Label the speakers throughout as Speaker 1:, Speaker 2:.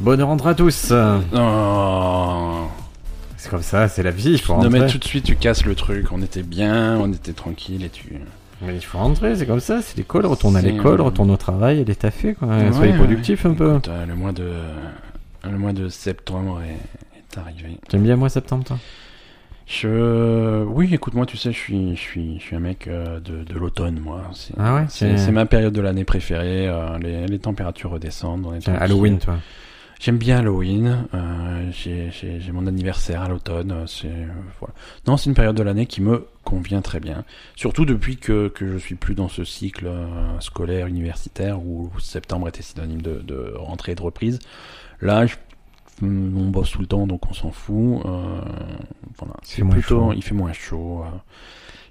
Speaker 1: Bonne rentrée à tous.
Speaker 2: Oh.
Speaker 1: C'est comme ça, c'est la vie, il faut
Speaker 2: Non,
Speaker 1: rentrer.
Speaker 2: mais tout de suite, tu casses le truc. On était bien, on était tranquille et tu.
Speaker 1: Mais il faut rentrer, c'est comme ça, c'est l'école, retourne à
Speaker 2: C'est-
Speaker 1: l'école, retourne au travail, elle est taffée, quoi.
Speaker 2: Ouais,
Speaker 1: Soyez
Speaker 2: ouais.
Speaker 1: productif un peu.
Speaker 2: Écoute, euh, le mois de. Le mois de septembre est, est arrivé.
Speaker 1: T'aimes bien moi septembre, toi
Speaker 2: Je. Oui, écoute-moi, tu sais, je suis, je suis, je suis un mec euh, de, de l'automne, moi. C'est,
Speaker 1: Ah ouais,
Speaker 2: c'est,
Speaker 1: t'es-
Speaker 2: c'est ma période de l'année préférée. euh, les, les températures redescendent. on est
Speaker 1: Tiens,
Speaker 2: tranquille.
Speaker 1: Ah, Halloween, toi.
Speaker 2: J'aime bien Halloween. euh, j'ai, j'ai- j'ai mon anniversaire à l'automne. euh, C'est euh, voilà. Non, c'est une période de l'année qui me convient très bien. Surtout depuis que, que je suis plus dans ce cycle euh, scolaire universitaire où septembre était synonyme de, de rentrée et de reprise. Là, je- hum, on bosse tout le temps, donc on s'en fout. euh, voilà.
Speaker 1: Il fait
Speaker 2: C'est
Speaker 1: moins
Speaker 2: plutôt,
Speaker 1: chaud.
Speaker 2: il fait moins chaud. euh,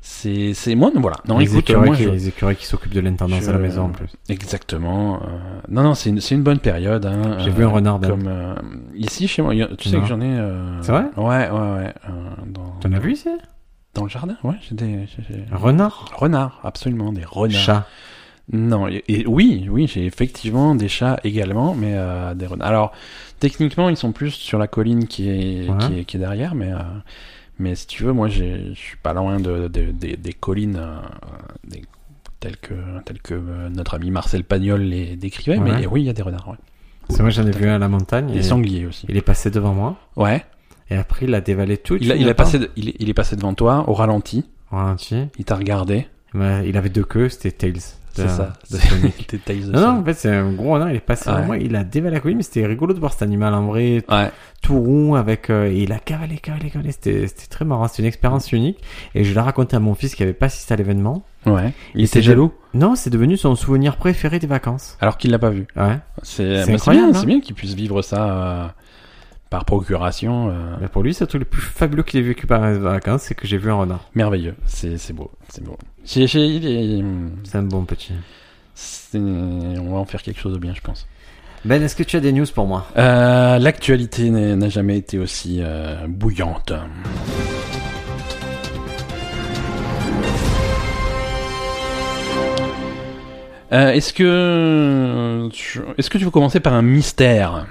Speaker 2: c'est, c'est moi, non, voilà. Non,
Speaker 1: les,
Speaker 2: écoute,
Speaker 1: écureuils
Speaker 2: moi,
Speaker 1: qui,
Speaker 2: je-
Speaker 1: les écureuils qui s'occupent de l'intendance
Speaker 2: je-
Speaker 1: à la maison, en plus.
Speaker 2: Exactement. euh, non, non, c'est une, c'est une bonne période. hein,
Speaker 1: J'ai
Speaker 2: euh,
Speaker 1: vu un renard d'un.
Speaker 2: Comme euh, ici chez moi, il y a- tu sais
Speaker 1: Ah, bah Non.
Speaker 2: que j'en ai. euh,
Speaker 1: C'est vrai
Speaker 2: Ouais, ouais, ouais. euh, dans,
Speaker 1: T'en as Ah. vu ici
Speaker 2: dans le jardin, ouais, j'ai des j'ai- j'ai-
Speaker 1: Un renard
Speaker 2: renards, absolument des renards.
Speaker 1: Chat.
Speaker 2: Non, et, et oui, oui, j'ai effectivement des chats également, mais euh, des renards. Alors, techniquement, ils sont plus sur la colline qui est
Speaker 1: Ouais.
Speaker 2: qui est, qui est derrière, mais euh, mais si tu veux, moi, j'ai- je suis pas loin de, de- des- des collines. euh, des- telles que, telles que euh, notre ami Marcel Pagnol les décrivait,
Speaker 1: Ouais.
Speaker 2: mais oui, il y a des renards, ouais.
Speaker 1: C'est moi, j'en ai vu un à la montagne.
Speaker 2: Des
Speaker 1: Et
Speaker 2: sangliers aussi.
Speaker 1: Il est passé devant moi,
Speaker 2: Ouais.
Speaker 1: et après, il a dévalé tout.
Speaker 2: Il, a- il, a passé de- il, est- il est passé devant toi au ralenti, il t'a regardé.
Speaker 1: Il avait deux queues, c'était Tails. de-
Speaker 2: C'est ça.
Speaker 1: de
Speaker 2: C'est-
Speaker 1: Sonic.
Speaker 2: t'es Tails de
Speaker 1: Ah, Non, non,
Speaker 2: Sonic.
Speaker 1: en fait, c'est un gros renard, il est passé devant
Speaker 2: Ouais.
Speaker 1: moi, il a dévalé la colline, mais c'était rigolo de voir cet animal en vrai,
Speaker 2: Ouais.
Speaker 1: tout rond, avec, euh, et il a cavalé, cavalé, cavalé, c'était c'était très marrant, c'était une expérience unique, et je l'ai raconté à mon fils qui avait pas assisté à l'événement.
Speaker 2: ouais. Il était
Speaker 1: c'est-
Speaker 2: jaloux
Speaker 1: Non, c'est devenu son souvenir préféré des vacances.
Speaker 2: alors qu'il l'a pas vu.
Speaker 1: Ouais.
Speaker 2: C'est
Speaker 1: C'est
Speaker 2: mais c'est
Speaker 1: incroyable,
Speaker 2: bien,
Speaker 1: hein.
Speaker 2: c'est bien qu'il puisse vivre ça euh, par procuration. euh,
Speaker 1: Mais pour lui, c'est le truc le plus fabuleux qu'il ait vécu par les vacances, c'est que j'ai vu un renard.
Speaker 2: merveilleux. C'est c'est beau. C'est beau. Chez- chez- il est- hmm,
Speaker 1: C'est un bon petit.
Speaker 2: c'est- on va en faire quelque chose de bien, je pense.
Speaker 1: Ben, est-ce que tu as des news pour moi?
Speaker 2: Euh, L'actualité n'est- n'a jamais été aussi euh, bouillante. Euh, est-ce que euh, est-ce que tu veux commencer par un mystère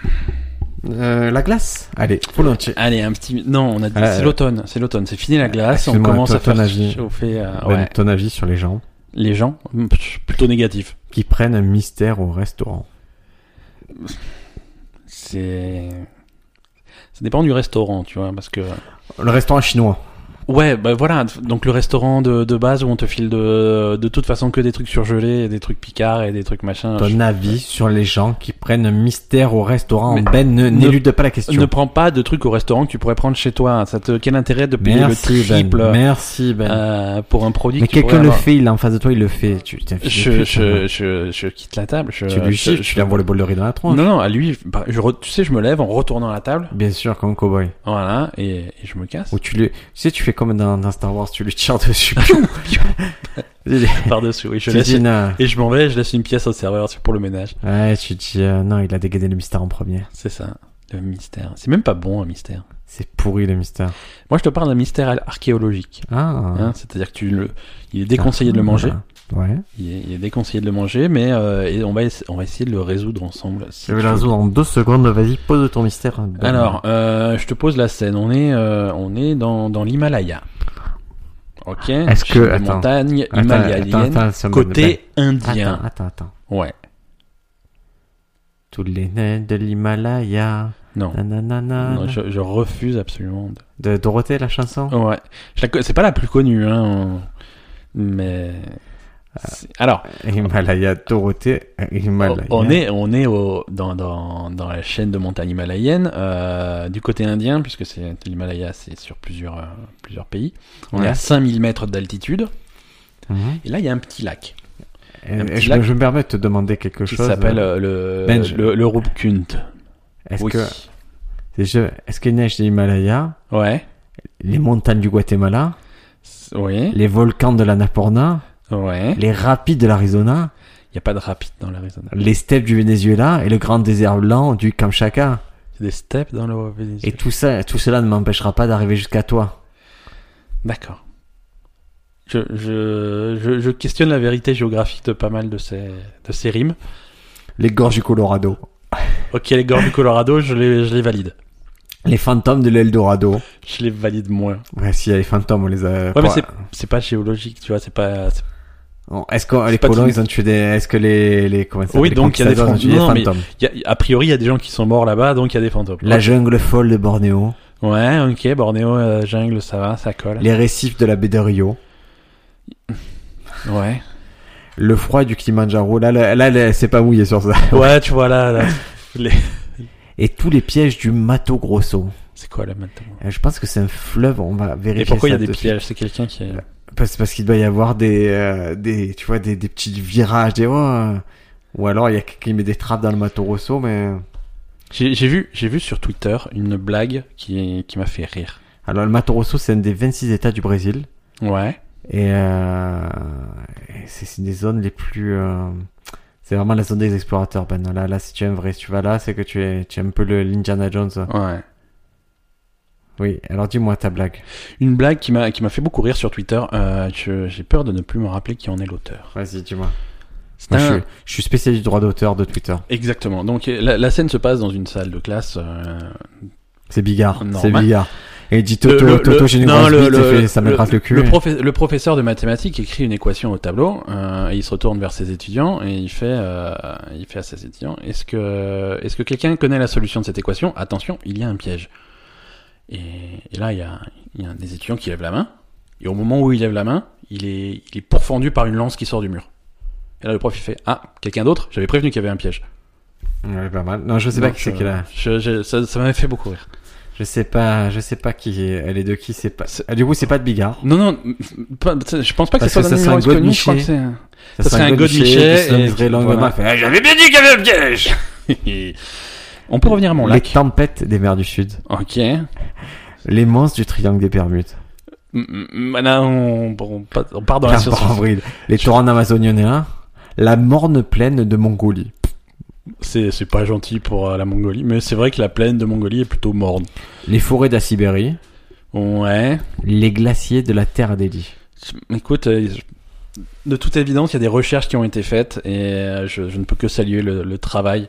Speaker 1: Euh, la glace? Allez, volontiers.
Speaker 2: Allez, un petit non, on a dit-
Speaker 1: Euh,
Speaker 2: c'est l'automne, c'est l'automne, c'est fini la glace, on
Speaker 1: excuse-moi,
Speaker 2: commence
Speaker 1: toi,
Speaker 2: à faire
Speaker 1: ton avis.
Speaker 2: chauffer euh,
Speaker 1: Ben,
Speaker 2: ouais.
Speaker 1: ton avis sur les gens
Speaker 2: les gens hum, plutôt négatif.
Speaker 1: qui prennent un mystère au restaurant?
Speaker 2: C'est ça dépend du restaurant, tu vois, parce que
Speaker 1: Le restaurant chinois.
Speaker 2: Ouais, bah voilà, donc le restaurant de, de base où on te file de, de toute façon que des trucs surgelés, et des trucs picards et des trucs machin.
Speaker 1: Ton
Speaker 2: Je-
Speaker 1: avis sur les gens qui prennent un mystère au restaurant
Speaker 2: Mais
Speaker 1: Ben, ne-
Speaker 2: ne-
Speaker 1: n'élude pas la question.
Speaker 2: Ne prends pas de trucs au restaurant que tu pourrais prendre chez toi. Ça te, quel intérêt de payer
Speaker 1: Merci
Speaker 2: le
Speaker 1: Ben.
Speaker 2: triple
Speaker 1: Merci Ben.
Speaker 2: euh, pour un produit
Speaker 1: Mais
Speaker 2: que tu pourrais
Speaker 1: quelqu'un le
Speaker 2: avoir
Speaker 1: fait, il est en face de toi, il le fait. Tu, t'es un fils de
Speaker 2: je,
Speaker 1: pute, hein.
Speaker 2: je, je, je quitte la table. Je,
Speaker 1: tu lui
Speaker 2: je-
Speaker 1: chiffres,
Speaker 2: je-
Speaker 1: tu lui envoies le bol de riz dans la
Speaker 2: Non,
Speaker 1: tronche.
Speaker 2: non, à lui, bah, je re- tu sais, je me lève en retournant la table.
Speaker 1: hein. Bien sûr, comme un cowboy.
Speaker 2: Voilà, et, et je me casse.
Speaker 1: Ou tu le, tu sais, tu fais comme dans, dans Star Wars, tu le tires dessus. tu
Speaker 2: Par-dessus, oui, je
Speaker 1: tu
Speaker 2: laisse.
Speaker 1: dis, non.
Speaker 2: Et je m'en vais, je laisse une pièce au serveur c'est pour le ménage.
Speaker 1: Ouais, tu dis, euh, non, il a dégainé le mystère en premier.
Speaker 2: C'est ça, le mystère. C'est même pas bon, un mystère.
Speaker 1: C'est pourri le mystère.
Speaker 2: Moi, je te parle d'un mystère al- archéologique.
Speaker 1: Ah.
Speaker 2: hein, C'est-à-dire que tu le, il est déconseillé de le manger.
Speaker 1: Ouais.
Speaker 2: Il est, il est déconseillé de le manger, mais euh, et on, va essa- on va essayer de le résoudre ensemble. si
Speaker 1: Je vais
Speaker 2: tu
Speaker 1: la
Speaker 2: veux.
Speaker 1: résoudre en deux secondes. Vas-y, pose ton mystère. Ben.
Speaker 2: Alors, euh, je te pose la scène. On est, euh, on est dans, dans l'Himalaya. Ok.
Speaker 1: Est-ce
Speaker 2: Chez
Speaker 1: que-
Speaker 2: des
Speaker 1: attends.
Speaker 2: montagnes
Speaker 1: Attends,
Speaker 2: himalayaliennes,
Speaker 1: attends, attends, Simon,
Speaker 2: côté
Speaker 1: Ben.
Speaker 2: indien.
Speaker 1: Attends, attends, attends.
Speaker 2: Ouais.
Speaker 1: Tous les nez de l'Himalaya.
Speaker 2: Non.
Speaker 1: Nanana.
Speaker 2: Non, je, je refuse absolument. de-
Speaker 1: De Dorothée, la chanson
Speaker 2: Ouais. Je la co- C'est pas la plus connue, hein. on- Mais.
Speaker 1: Euh.
Speaker 2: c'est- Alors,
Speaker 1: Himalaya, Dorothée, euh, Himalaya.
Speaker 2: Oh. on est, on est au, dans, dans, dans la chaîne de montagnes himalayennes, euh, du côté indien, puisque c'est l'Himalaya, c'est sur plusieurs, euh, plusieurs pays. On est
Speaker 1: Ouais.
Speaker 2: à 5000 mètres d'altitude,
Speaker 1: Mhm.
Speaker 2: et là, il y a un petit lac
Speaker 1: Et-
Speaker 2: un
Speaker 1: et
Speaker 2: petit
Speaker 1: je,
Speaker 2: lac
Speaker 1: je me permets de te demander quelque
Speaker 2: qui
Speaker 1: chose.
Speaker 2: s'appelle euh, le,
Speaker 1: Benj.
Speaker 2: le, le Rubkunt.
Speaker 1: Est-ce
Speaker 2: Oui.
Speaker 1: que, est-ce que- est-ce qu'il neige de l'Himalaya
Speaker 2: Ouais.
Speaker 1: les montagnes du Guatemala,
Speaker 2: C'est- Oui.
Speaker 1: les volcans de l'Annapurna,
Speaker 2: Ouais. Il
Speaker 1: les rapides de l'Arizona,
Speaker 2: n'y a pas de rapide dans l'Arizona.
Speaker 1: les steppes du Venezuela et le grand désert blanc du Kamchatka.
Speaker 2: Il y a des steppes dans le Venezuela.
Speaker 1: Et tout ça, tout cela ne m'empêchera pas d'arriver jusqu'à toi.
Speaker 2: D'accord. Je, je, je, je questionne la vérité géographique de pas mal de ces, de ces rimes.
Speaker 1: Les gorges du Colorado.
Speaker 2: Ok, les gorges du Colorado, je les, je les valide.
Speaker 1: Les fantômes de l'Eldorado.
Speaker 2: Je les valide moins.
Speaker 1: Ouais, si, les fantômes, on les a.
Speaker 2: Ouais, mais
Speaker 1: pour-
Speaker 2: c'est, c'est pas géologique, tu vois, c'est pas. c'est-
Speaker 1: Bon, Est-ce que
Speaker 2: C'est
Speaker 1: les
Speaker 2: pas
Speaker 1: colons,
Speaker 2: tout.
Speaker 1: ils ont tué des. Est-ce que les. les comment ça s'appelle,
Speaker 2: Oui,
Speaker 1: les
Speaker 2: donc, il y a des
Speaker 1: conquistadors ont tué
Speaker 2: fantômes.
Speaker 1: des
Speaker 2: Non,
Speaker 1: fantômes.
Speaker 2: y a- a priori, il y a des gens qui sont morts là-bas, donc il y a des fantômes.
Speaker 1: La jungle folle de Bornéo.
Speaker 2: Ouais, ok, Bornéo, euh, jungle, ça va, ça colle.
Speaker 1: Les récifs de la baie de Rio.
Speaker 2: Ouais.
Speaker 1: Le froid du Kilimanjaro. Là, là, là, là, c'est pas mouillé sur ça.
Speaker 2: Ouais, tu vois, là, là,
Speaker 1: Et tous les pièges du Mato Grosso.
Speaker 2: C'est quoi là maintenant
Speaker 1: Euh, Je pense que c'est un fleuve, on va vérifier.
Speaker 2: Et pourquoi il y a
Speaker 1: ça
Speaker 2: des
Speaker 1: de suite.
Speaker 2: pièges C'est quelqu'un qui est.
Speaker 1: Parce, parce qu'il doit y avoir des, euh, des tu vois, des, des petits virages, des, oh, euh, ou alors il y a quelqu'un qui met des trappes dans le Mato Grosso, mais euh.
Speaker 2: J'ai j'ai vu, j'ai vu sur Twitter une blague qui, qui m'a fait rire.
Speaker 1: alors le Mato Grosso c'est un des 26 États du Brésil
Speaker 2: Ouais.
Speaker 1: et, euh, et c'est c'est des zones les plus, euh, c'est vraiment la zone des explorateurs. Ben là, là si tu es un vrai, si tu vas là, c'est que tu es, tu es un peu le l'Indiana Jones.
Speaker 2: Ouais.
Speaker 1: Oui, alors dis-moi ta blague.
Speaker 2: Une blague qui m'a qui m'a fait beaucoup rire sur Twitter. Euh, je- J'ai peur de ne plus me rappeler qui en est l'auteur.
Speaker 1: Vas-y, dis-moi.
Speaker 2: C'est
Speaker 1: Moi,
Speaker 2: un-
Speaker 1: je, suis- je suis spécialiste du droit d'auteur de Twitter.
Speaker 2: Exactement. Donc la, la scène se passe dans une salle de classe. euh,
Speaker 1: C'est Bigard,
Speaker 2: Normal.
Speaker 1: c'est Bigard. Et il dit Toto,
Speaker 2: Le- le-
Speaker 1: Toto,
Speaker 2: le-
Speaker 1: j'ai une
Speaker 2: non,
Speaker 1: grosse
Speaker 2: le-
Speaker 1: bite, il
Speaker 2: le-
Speaker 1: fait- ça me
Speaker 2: le-
Speaker 1: gratte le cul.
Speaker 2: Le, profe- le professeur de mathématiques écrit une équation au tableau euh, et il se retourne vers ses étudiants et il fait, euh, il fait à ses étudiants Est-ce que, est-ce que quelqu'un connaît la solution de cette équation Attention, il y a un piège. Et, et là, il y, a, il y a un des étudiants qui lève la main et au moment où il lève la main, il est, il est pourfendu par une lance qui sort du mur. Et là, le prof il fait Ah, quelqu'un d'autre J'avais prévenu qu'il y avait un piège.
Speaker 1: Ouais, pas mal. Non, je sais pas
Speaker 2: Donc,
Speaker 1: qui c'est
Speaker 2: euh,
Speaker 1: qui l'a.
Speaker 2: je- je- ça, ça m'avait fait beaucoup rire.
Speaker 1: Je sais pas, je sais pas qui est- elle est de qui, c'est pas.
Speaker 2: C'est-
Speaker 1: Ah, du coup, c'est pas de Bigard.
Speaker 2: Non, non, pas- je pense pas que
Speaker 1: Parce
Speaker 2: ça
Speaker 1: que
Speaker 2: soit
Speaker 1: ça serait
Speaker 2: d'un numéro
Speaker 1: un
Speaker 2: inconnu, je crois que
Speaker 1: Godemiché.
Speaker 2: c'est un-
Speaker 1: Ça,
Speaker 2: serait un Godemichet
Speaker 1: C'est une
Speaker 2: et-
Speaker 1: vraie langue
Speaker 2: voilà.
Speaker 1: mal. Fait, Eh, j'avais bien
Speaker 2: On peut revenir à mon
Speaker 1: Les
Speaker 2: lac.
Speaker 1: tempêtes des mers du Sud.
Speaker 2: Ok. M-
Speaker 1: Les monstres du triangle des Bermudes.
Speaker 2: m- Là, on, on part- on part dans la
Speaker 1: La
Speaker 2: science.
Speaker 1: Bride. Les torrents amazoniens. La morne plaine de Mongolie.
Speaker 2: C'est c'est pas gentil pour euh, la Mongolie, mais c'est vrai que la plaine de Mongolie est plutôt morne.
Speaker 1: Les forêts de la Sibérie.
Speaker 2: Ouais.
Speaker 1: Les glaciers de la Terre d'Eli.
Speaker 2: Je- Écoute, euh, je- de toute évidence, il y a des recherches qui ont été faites et euh, je, je ne peux que saluer le, le travail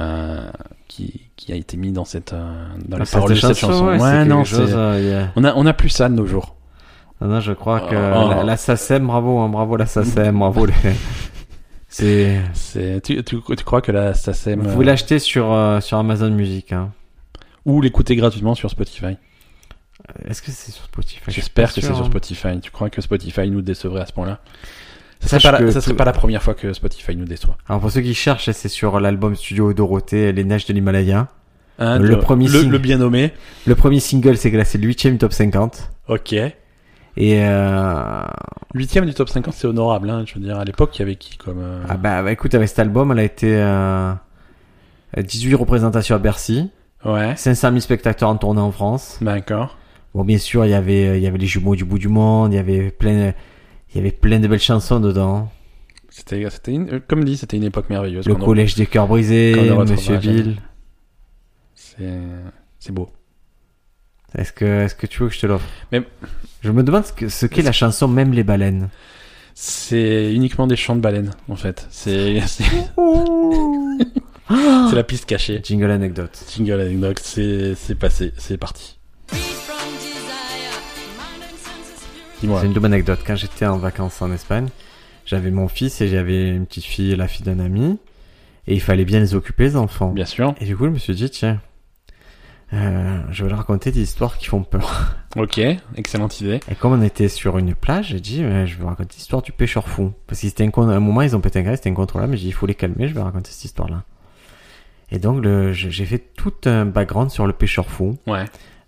Speaker 2: euh, qui, qui a été mis dans cette euh, dans les paroles de cette chanson.
Speaker 1: ouais, c'est quelque chose,
Speaker 2: c'est-
Speaker 1: euh, il y a-
Speaker 2: on a on a plus ça de nos jours.
Speaker 1: Non, non, je crois que
Speaker 2: Oh.
Speaker 1: la, la SACEM, bravo, hein, bravo la SACEM, bravo les... C'est...
Speaker 2: C'est tu, tu, tu crois que la SACEM
Speaker 1: Vous
Speaker 2: euh,
Speaker 1: pouvez l'acheter sur, euh, sur Amazon Music. Hein.
Speaker 2: ou l'écouter gratuitement sur Spotify.
Speaker 1: Est-ce que c'est sur Spotify
Speaker 2: J'espère que c'est sur
Speaker 1: Spotify.
Speaker 2: Spotify. Tu crois que Spotify nous décevrait à ce point-là Ça
Speaker 1: Sache
Speaker 2: serait, pas
Speaker 1: que
Speaker 2: la, ça serait
Speaker 1: tout-
Speaker 2: pas la première fois que Spotify nous déçoit.
Speaker 1: Alors pour ceux qui cherchent, c'est sur l'album studio Dorothée, Les Neiges de l'Himalaya.
Speaker 2: Hein,
Speaker 1: Le premier
Speaker 2: le,
Speaker 1: signe.
Speaker 2: le bien nommé.
Speaker 1: Le premier single s'est classé 8 du top 50.
Speaker 2: Ok.
Speaker 1: Et euh...
Speaker 2: Huitième du top 50, c'est honorable. Hein. Je veux dire, à l'époque, il y avait qui comme euh,
Speaker 1: ah bah, bah, écoute, avec cet album, elle a été euh... 18 représentations à Bercy,
Speaker 2: Ouais.
Speaker 1: 500 000 spectateurs en tournée en France.
Speaker 2: D'accord.
Speaker 1: Bon, bien sûr, il y avait, il y avait les jumeaux du bout du monde, il y avait plein, il y avait plein de belles chansons dedans.
Speaker 2: C'était, c'était une- euh, comme dit, c'était une époque merveilleuse.
Speaker 1: Le
Speaker 2: qu'on en-
Speaker 1: collège des cœurs
Speaker 2: qu'on
Speaker 1: brisés,
Speaker 2: ne retrouvera
Speaker 1: Monsieur
Speaker 2: jamais.
Speaker 1: Bill.
Speaker 2: C'est, c'est beau.
Speaker 1: Est-ce que, est-ce que tu veux que je te l'offre
Speaker 2: Mais-
Speaker 1: Je me demande ce que- ce qu'est la chanson Même les baleines.
Speaker 2: C'est uniquement des chants de baleines, en fait. C'est, c'est, c'est la piste cachée.
Speaker 1: Jingle anecdote.
Speaker 2: Single anecdote, c'est, c'est passé, c'est parti. Dis-moi.
Speaker 1: C'est une double anecdote. Quand j'étais en vacances en Espagne, j'avais mon fils et j'avais une petite fille, la fille d'un ami, et il fallait bien les occuper, les enfants.
Speaker 2: Bien sûr.
Speaker 1: Et du coup, je me suis dit, tiens, euh, je vais leur raconter des histoires qui font peur.
Speaker 2: Ok. Excellente idée.
Speaker 1: Et comme on était sur une plage, j'ai dit, euh, je vais raconter l'histoire du pêcheur fou. Parce qu'ils étaient inco- à un moment, ils ont pété un gars, c'était incontrôlable, mais j'ai dit, il faut les calmer, je vais raconter cette histoire-là. Et donc, le- j'ai j'ai fait tout un background sur le pêcheur fou,
Speaker 2: Ouais.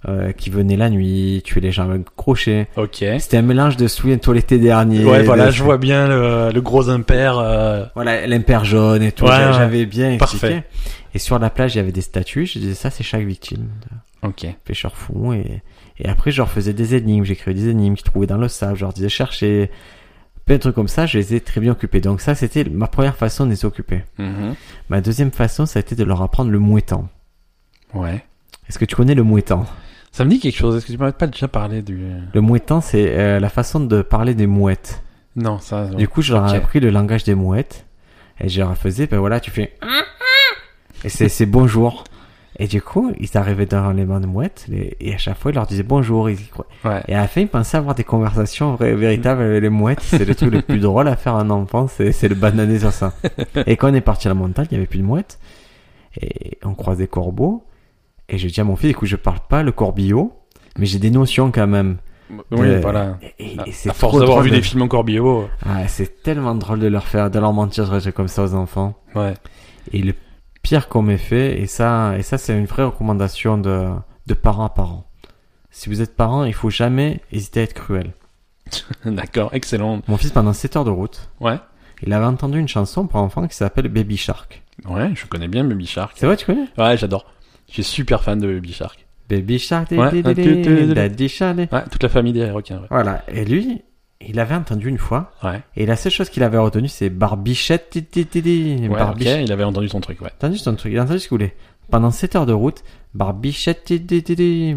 Speaker 1: euh, qui venait la nuit, tuer les gens avec le crochet.
Speaker 2: Ok.
Speaker 1: Hein? C'était un mélange de souviens-toi l'été dernier.
Speaker 2: Ouais, voilà,
Speaker 1: de-
Speaker 2: je vois bien le, le gros impair. euh,
Speaker 1: Voilà, l'impair jaune et tout,
Speaker 2: Ouais,
Speaker 1: j'a-
Speaker 2: ouais.
Speaker 1: j'avais bien expliqué.
Speaker 2: Parfait.
Speaker 1: Et sur la plage, il y avait des statues, je disais, ça, c'est chaque victime.
Speaker 2: Ok.
Speaker 1: pêcheurs fous et, et après je leur faisais des énigmes, j'écrivais des énigmes qu'ils trouvaient dans le sable, je leur disais chercher plein de trucs comme ça, je les ai très bien occupés. Donc ça c'était ma première façon de les occuper.
Speaker 2: Mm-hmm.
Speaker 1: Ma deuxième façon ça a été de leur apprendre le mouettant.
Speaker 2: Ouais.
Speaker 1: Est-ce que tu connais le mouettant
Speaker 2: Ça me dit quelque chose. Est-ce que tu m'avais pas déjà parlé du.
Speaker 1: Le mouettant c'est euh, la façon de parler des mouettes.
Speaker 2: Non, ça.
Speaker 1: Du coup je leur ai
Speaker 2: Ok.
Speaker 1: appris le langage des mouettes et je leur faisais ben voilà tu fais Et c'est c'est bonjour. Et du coup, ils arrivaient dans les mains de mouettes les- et à chaque fois, ils leur disaient bonjour. Ils y croient.
Speaker 2: Ouais.
Speaker 1: Et à la fin, ils pensaient avoir des conversations vraies, véritables avec les mouettes. C'est le truc le plus drôle à faire à un enfant, c'est c'est le bananer sur ça. Et quand on est parti à la montagne, il n'y avait plus de mouettes. Et on croise des corbeaux. Et je dis à mon fils, écoute, je parle pas le corbillot, mais j'ai des notions quand même.
Speaker 2: Oui,
Speaker 1: Euh,
Speaker 2: voilà. Ah.
Speaker 1: Et, et
Speaker 2: À-
Speaker 1: c'est
Speaker 2: à force
Speaker 1: trop
Speaker 2: d'avoir
Speaker 1: drôle
Speaker 2: vu
Speaker 1: de-
Speaker 2: des films en Corbiot.
Speaker 1: Ah, c'est tellement drôle de leur faire, de leur mentir des trucs comme ça aux enfants.
Speaker 2: Ouais.
Speaker 1: Et le pire qu'on m'ait fait, et ça, et ça c'est une vraie recommandation de, de parent à parent. Si vous êtes parent, il faut jamais hésiter à être cruel.
Speaker 2: D'accord, excellent.
Speaker 1: Mon fils, pendant 7 heures de route,
Speaker 2: Ouais.
Speaker 1: il avait entendu une chanson pour enfants qui s'appelle Baby Shark.
Speaker 2: Ouais, je connais bien Baby Shark.
Speaker 1: C'est vrai, tu connais
Speaker 2: Ouais, j'adore. Je suis super fan de Baby Shark.
Speaker 1: Baby Shark,
Speaker 2: Ouais.
Speaker 1: di- di- di- di- Daddy Shark. di-
Speaker 2: Ouais, toute la famille des requins. Ouais.
Speaker 1: Voilà. Et lui, il avait entendu une fois,
Speaker 2: Ouais,
Speaker 1: et la seule chose qu'il avait retenue, c'est Barbichette. di- di- di- di-
Speaker 2: ouais, ok,
Speaker 1: Barbichette.
Speaker 2: il avait entendu son truc, ouais.
Speaker 1: T'as entendu ton truc, il a entendu ce qu'il voulait. Pendant 7 heures de route, Barbichette, ti- ti- ti- ti.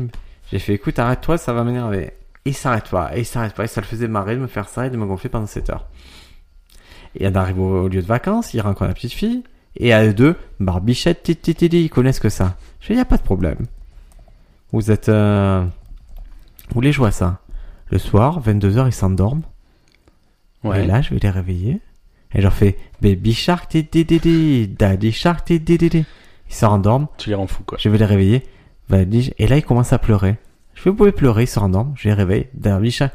Speaker 1: j'ai fait écoute, arrête-toi, ça va m'énerver. Il s'arrête pas, et il s'arrête pas, et ça le faisait marrer de me faire ça et de me gonfler pendant 7 heures. Et on arrive au au lieu de vacances, il rencontre la petite fille, et à eux deux, Barbichette, ti- ti- ti- ti, ils connaissent que ça. Je fais, y a pas de problème. Vous êtes. euh, Vous voulez jouer à ça Le soir, 22h, ils s'endorment.
Speaker 2: Ouais.
Speaker 1: Et là, je vais les réveiller. Et je leur fais Baby Shark, ti, ti, ti, ti, Daddy Shark, ti, ti, ti, ti. Ils se rendorment.
Speaker 2: Tu les rends fous, quoi.
Speaker 1: Je vais les réveiller. Daddy- Et là, ils commencent à pleurer. Je fais, vous pouvez pleurer, ils se rendorment. Je les réveille. Daddy Shark.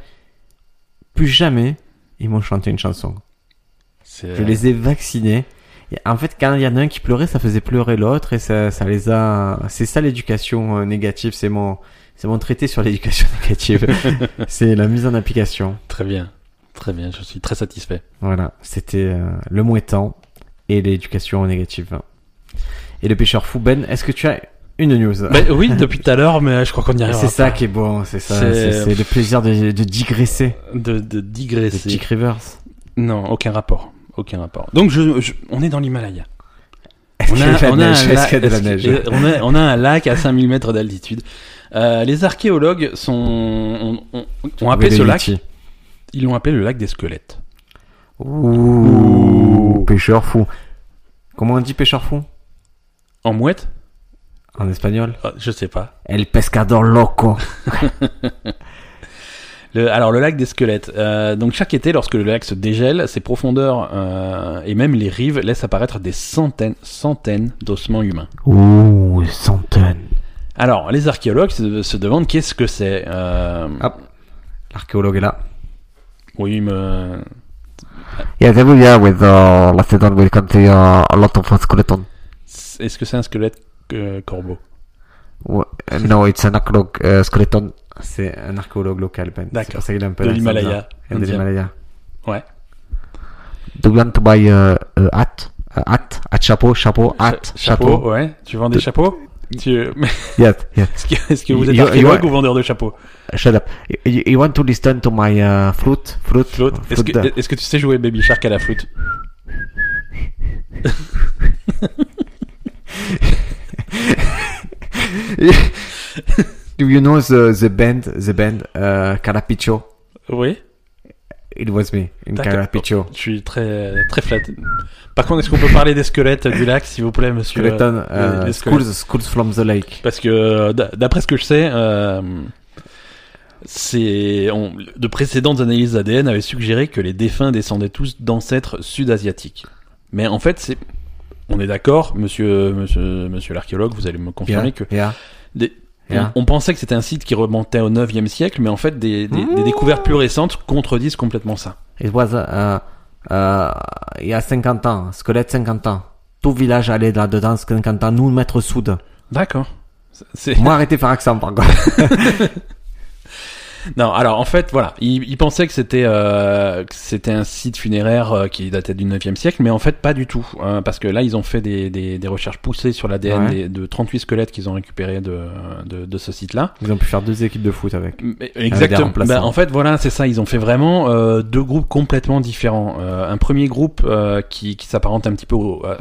Speaker 1: Plus jamais, ils m'ont chanté une chanson.
Speaker 2: C'est-
Speaker 1: Je les ai vaccinés. Et en fait, quand il y en a un qui pleurait, ça faisait pleurer l'autre et ça, ça les a. C'est ça l'éducation euh, négative. C'est mon, c'est mon traité sur l'éducation négative. c'est la mise en application.
Speaker 2: Très bien. Très bien, je suis très satisfait.
Speaker 1: Voilà, c'était euh, le mouettant et l'éducation négative. Et le pêcheur fou, Ben, est-ce que tu as une news
Speaker 2: Bah, oui, depuis tout à l'heure, mais euh, je crois qu'on y arrive.
Speaker 1: C'est ça qui est bon, c'est ça,
Speaker 2: C'est-
Speaker 1: c'est c'est le plaisir de, de digresser.
Speaker 2: De, de
Speaker 1: De
Speaker 2: digresser.
Speaker 1: Dick Rivers.
Speaker 2: Non, aucun rapport. Aucun rapport. Donc, je, je- on est dans l'Himalaya.
Speaker 1: Est-ce
Speaker 2: On
Speaker 1: qu'il y
Speaker 2: a,
Speaker 1: de la
Speaker 2: on a
Speaker 1: neige Est-ce
Speaker 2: un
Speaker 1: qu'il y a
Speaker 2: lac-
Speaker 1: de la
Speaker 2: est-ce
Speaker 1: neige
Speaker 2: qu'il- on a- on a un lac à 5000 mètres d'altitude. Euh, les archéologues sont, ont, ont- ont appelé
Speaker 1: Oui,
Speaker 2: ce
Speaker 1: le
Speaker 2: lac,
Speaker 1: Yeti.
Speaker 2: ils l'ont appelé le lac des squelettes.
Speaker 1: Ouh, pêcheur fou. Comment on dit pêcheur fou
Speaker 2: En mouette
Speaker 1: en espagnol
Speaker 2: Ah, Je sais pas.
Speaker 1: El pescador loco.
Speaker 2: Le- alors le lac des squelettes. Euh, donc chaque été, lorsque le lac se dégèle, ses profondeurs euh, et même les rives laissent apparaître des centaines, centaines d'ossements humains.
Speaker 1: Ouh, centaines.
Speaker 2: Alors les archéologues se, se demandent qu'est-ce que c'est. Euh,
Speaker 1: Hop, l'archéologue est là.
Speaker 2: Oui, me...
Speaker 3: Yeah, then we are with uh, last season we come to uh, a lot of uh, skeleton.
Speaker 2: est-ce que c'est un squelette euh, corbeau
Speaker 3: W-
Speaker 1: e,
Speaker 3: uh, no, it's an acrog uh, skeleton.
Speaker 1: C'est un archéologue local, Ben. C'est
Speaker 2: D'accord.
Speaker 1: pour ça qu'il est un peu
Speaker 2: de
Speaker 1: l'accent
Speaker 2: l'Himalaya
Speaker 1: bizarre. De
Speaker 2: indien.
Speaker 1: l'Himalaya.
Speaker 2: Ouais.
Speaker 3: Do you want to
Speaker 1: e,
Speaker 3: buy a uh, a hat? A hat? A chapeau? Chapeau? Hat?
Speaker 2: Cha- chapeau, ouais. Tu vends des chapeaux Tu- Mais
Speaker 3: Yes, yes.
Speaker 2: Est-ce que, est-ce que vous
Speaker 3: You-
Speaker 2: êtes
Speaker 3: you-
Speaker 2: archéologue
Speaker 3: you-
Speaker 2: ou vendeur de chapeaux
Speaker 3: Shut up. You- You, you want to listen to my
Speaker 1: e,
Speaker 3: uh, flute? Flute?
Speaker 2: Claude, est-ce
Speaker 3: flute, uh,
Speaker 2: que, est-ce que tu sais jouer Baby Shark à la flûte
Speaker 1: Do you know the, the band, the band uh, Carapicho?
Speaker 2: Oui.
Speaker 1: It was me in
Speaker 2: D'accord.
Speaker 1: Carapicho.
Speaker 2: Je suis très, très flatté. Par contre, est-ce qu'on peut parler des squelettes euh, du lac, s'il vous plaît, monsieur euh,
Speaker 1: Skeleton,
Speaker 2: les-
Speaker 1: uh,
Speaker 2: les
Speaker 1: schools, schools from the lake.
Speaker 2: Parce que euh, d'a- d'après ce que je sais, euh, c'est on- de précédentes analyses ADN avaient suggéré que les défunts descendaient tous d'ancêtres sud-asiatiques. Mais en fait, c'est on est d'accord, monsieur, monsieur, monsieur l'archéologue, vous allez me confirmer que
Speaker 1: Yeah.
Speaker 2: des-
Speaker 1: Yeah.
Speaker 2: on, on pensait que c'était un site qui remontait au 9e siècle, mais en fait, des, des- des découvertes plus récentes contredisent complètement ça.
Speaker 1: It was, uh, uh, il y a 50 ans, squelette 50 ans. Tout village allait là-dedans, 50 ans, nous mettre soude.
Speaker 2: D'accord. C'est...
Speaker 1: Moi, arrêtez de faire accent, par contre.
Speaker 2: Non, alors en fait, voilà, il, il pensait que c'était euh, que c'était un site funéraire euh, qui datait du 9e siècle, mais en fait pas du tout, hein, parce que là ils ont fait des, des, des recherches poussées sur l'ADN
Speaker 1: Ouais.
Speaker 2: des- de 38 squelettes qu'ils ont récupérés de, de, de ce site-là.
Speaker 1: Ils ont pu faire deux équipes de foot avec.
Speaker 2: Mais-
Speaker 1: des
Speaker 2: Exactement.
Speaker 1: remplaçants.
Speaker 2: Bah, en fait, voilà, c'est ça. Ils ont fait vraiment euh, deux groupes complètement différents. Euh, un premier groupe euh, qui, qui s'apparente un petit peu au- euh,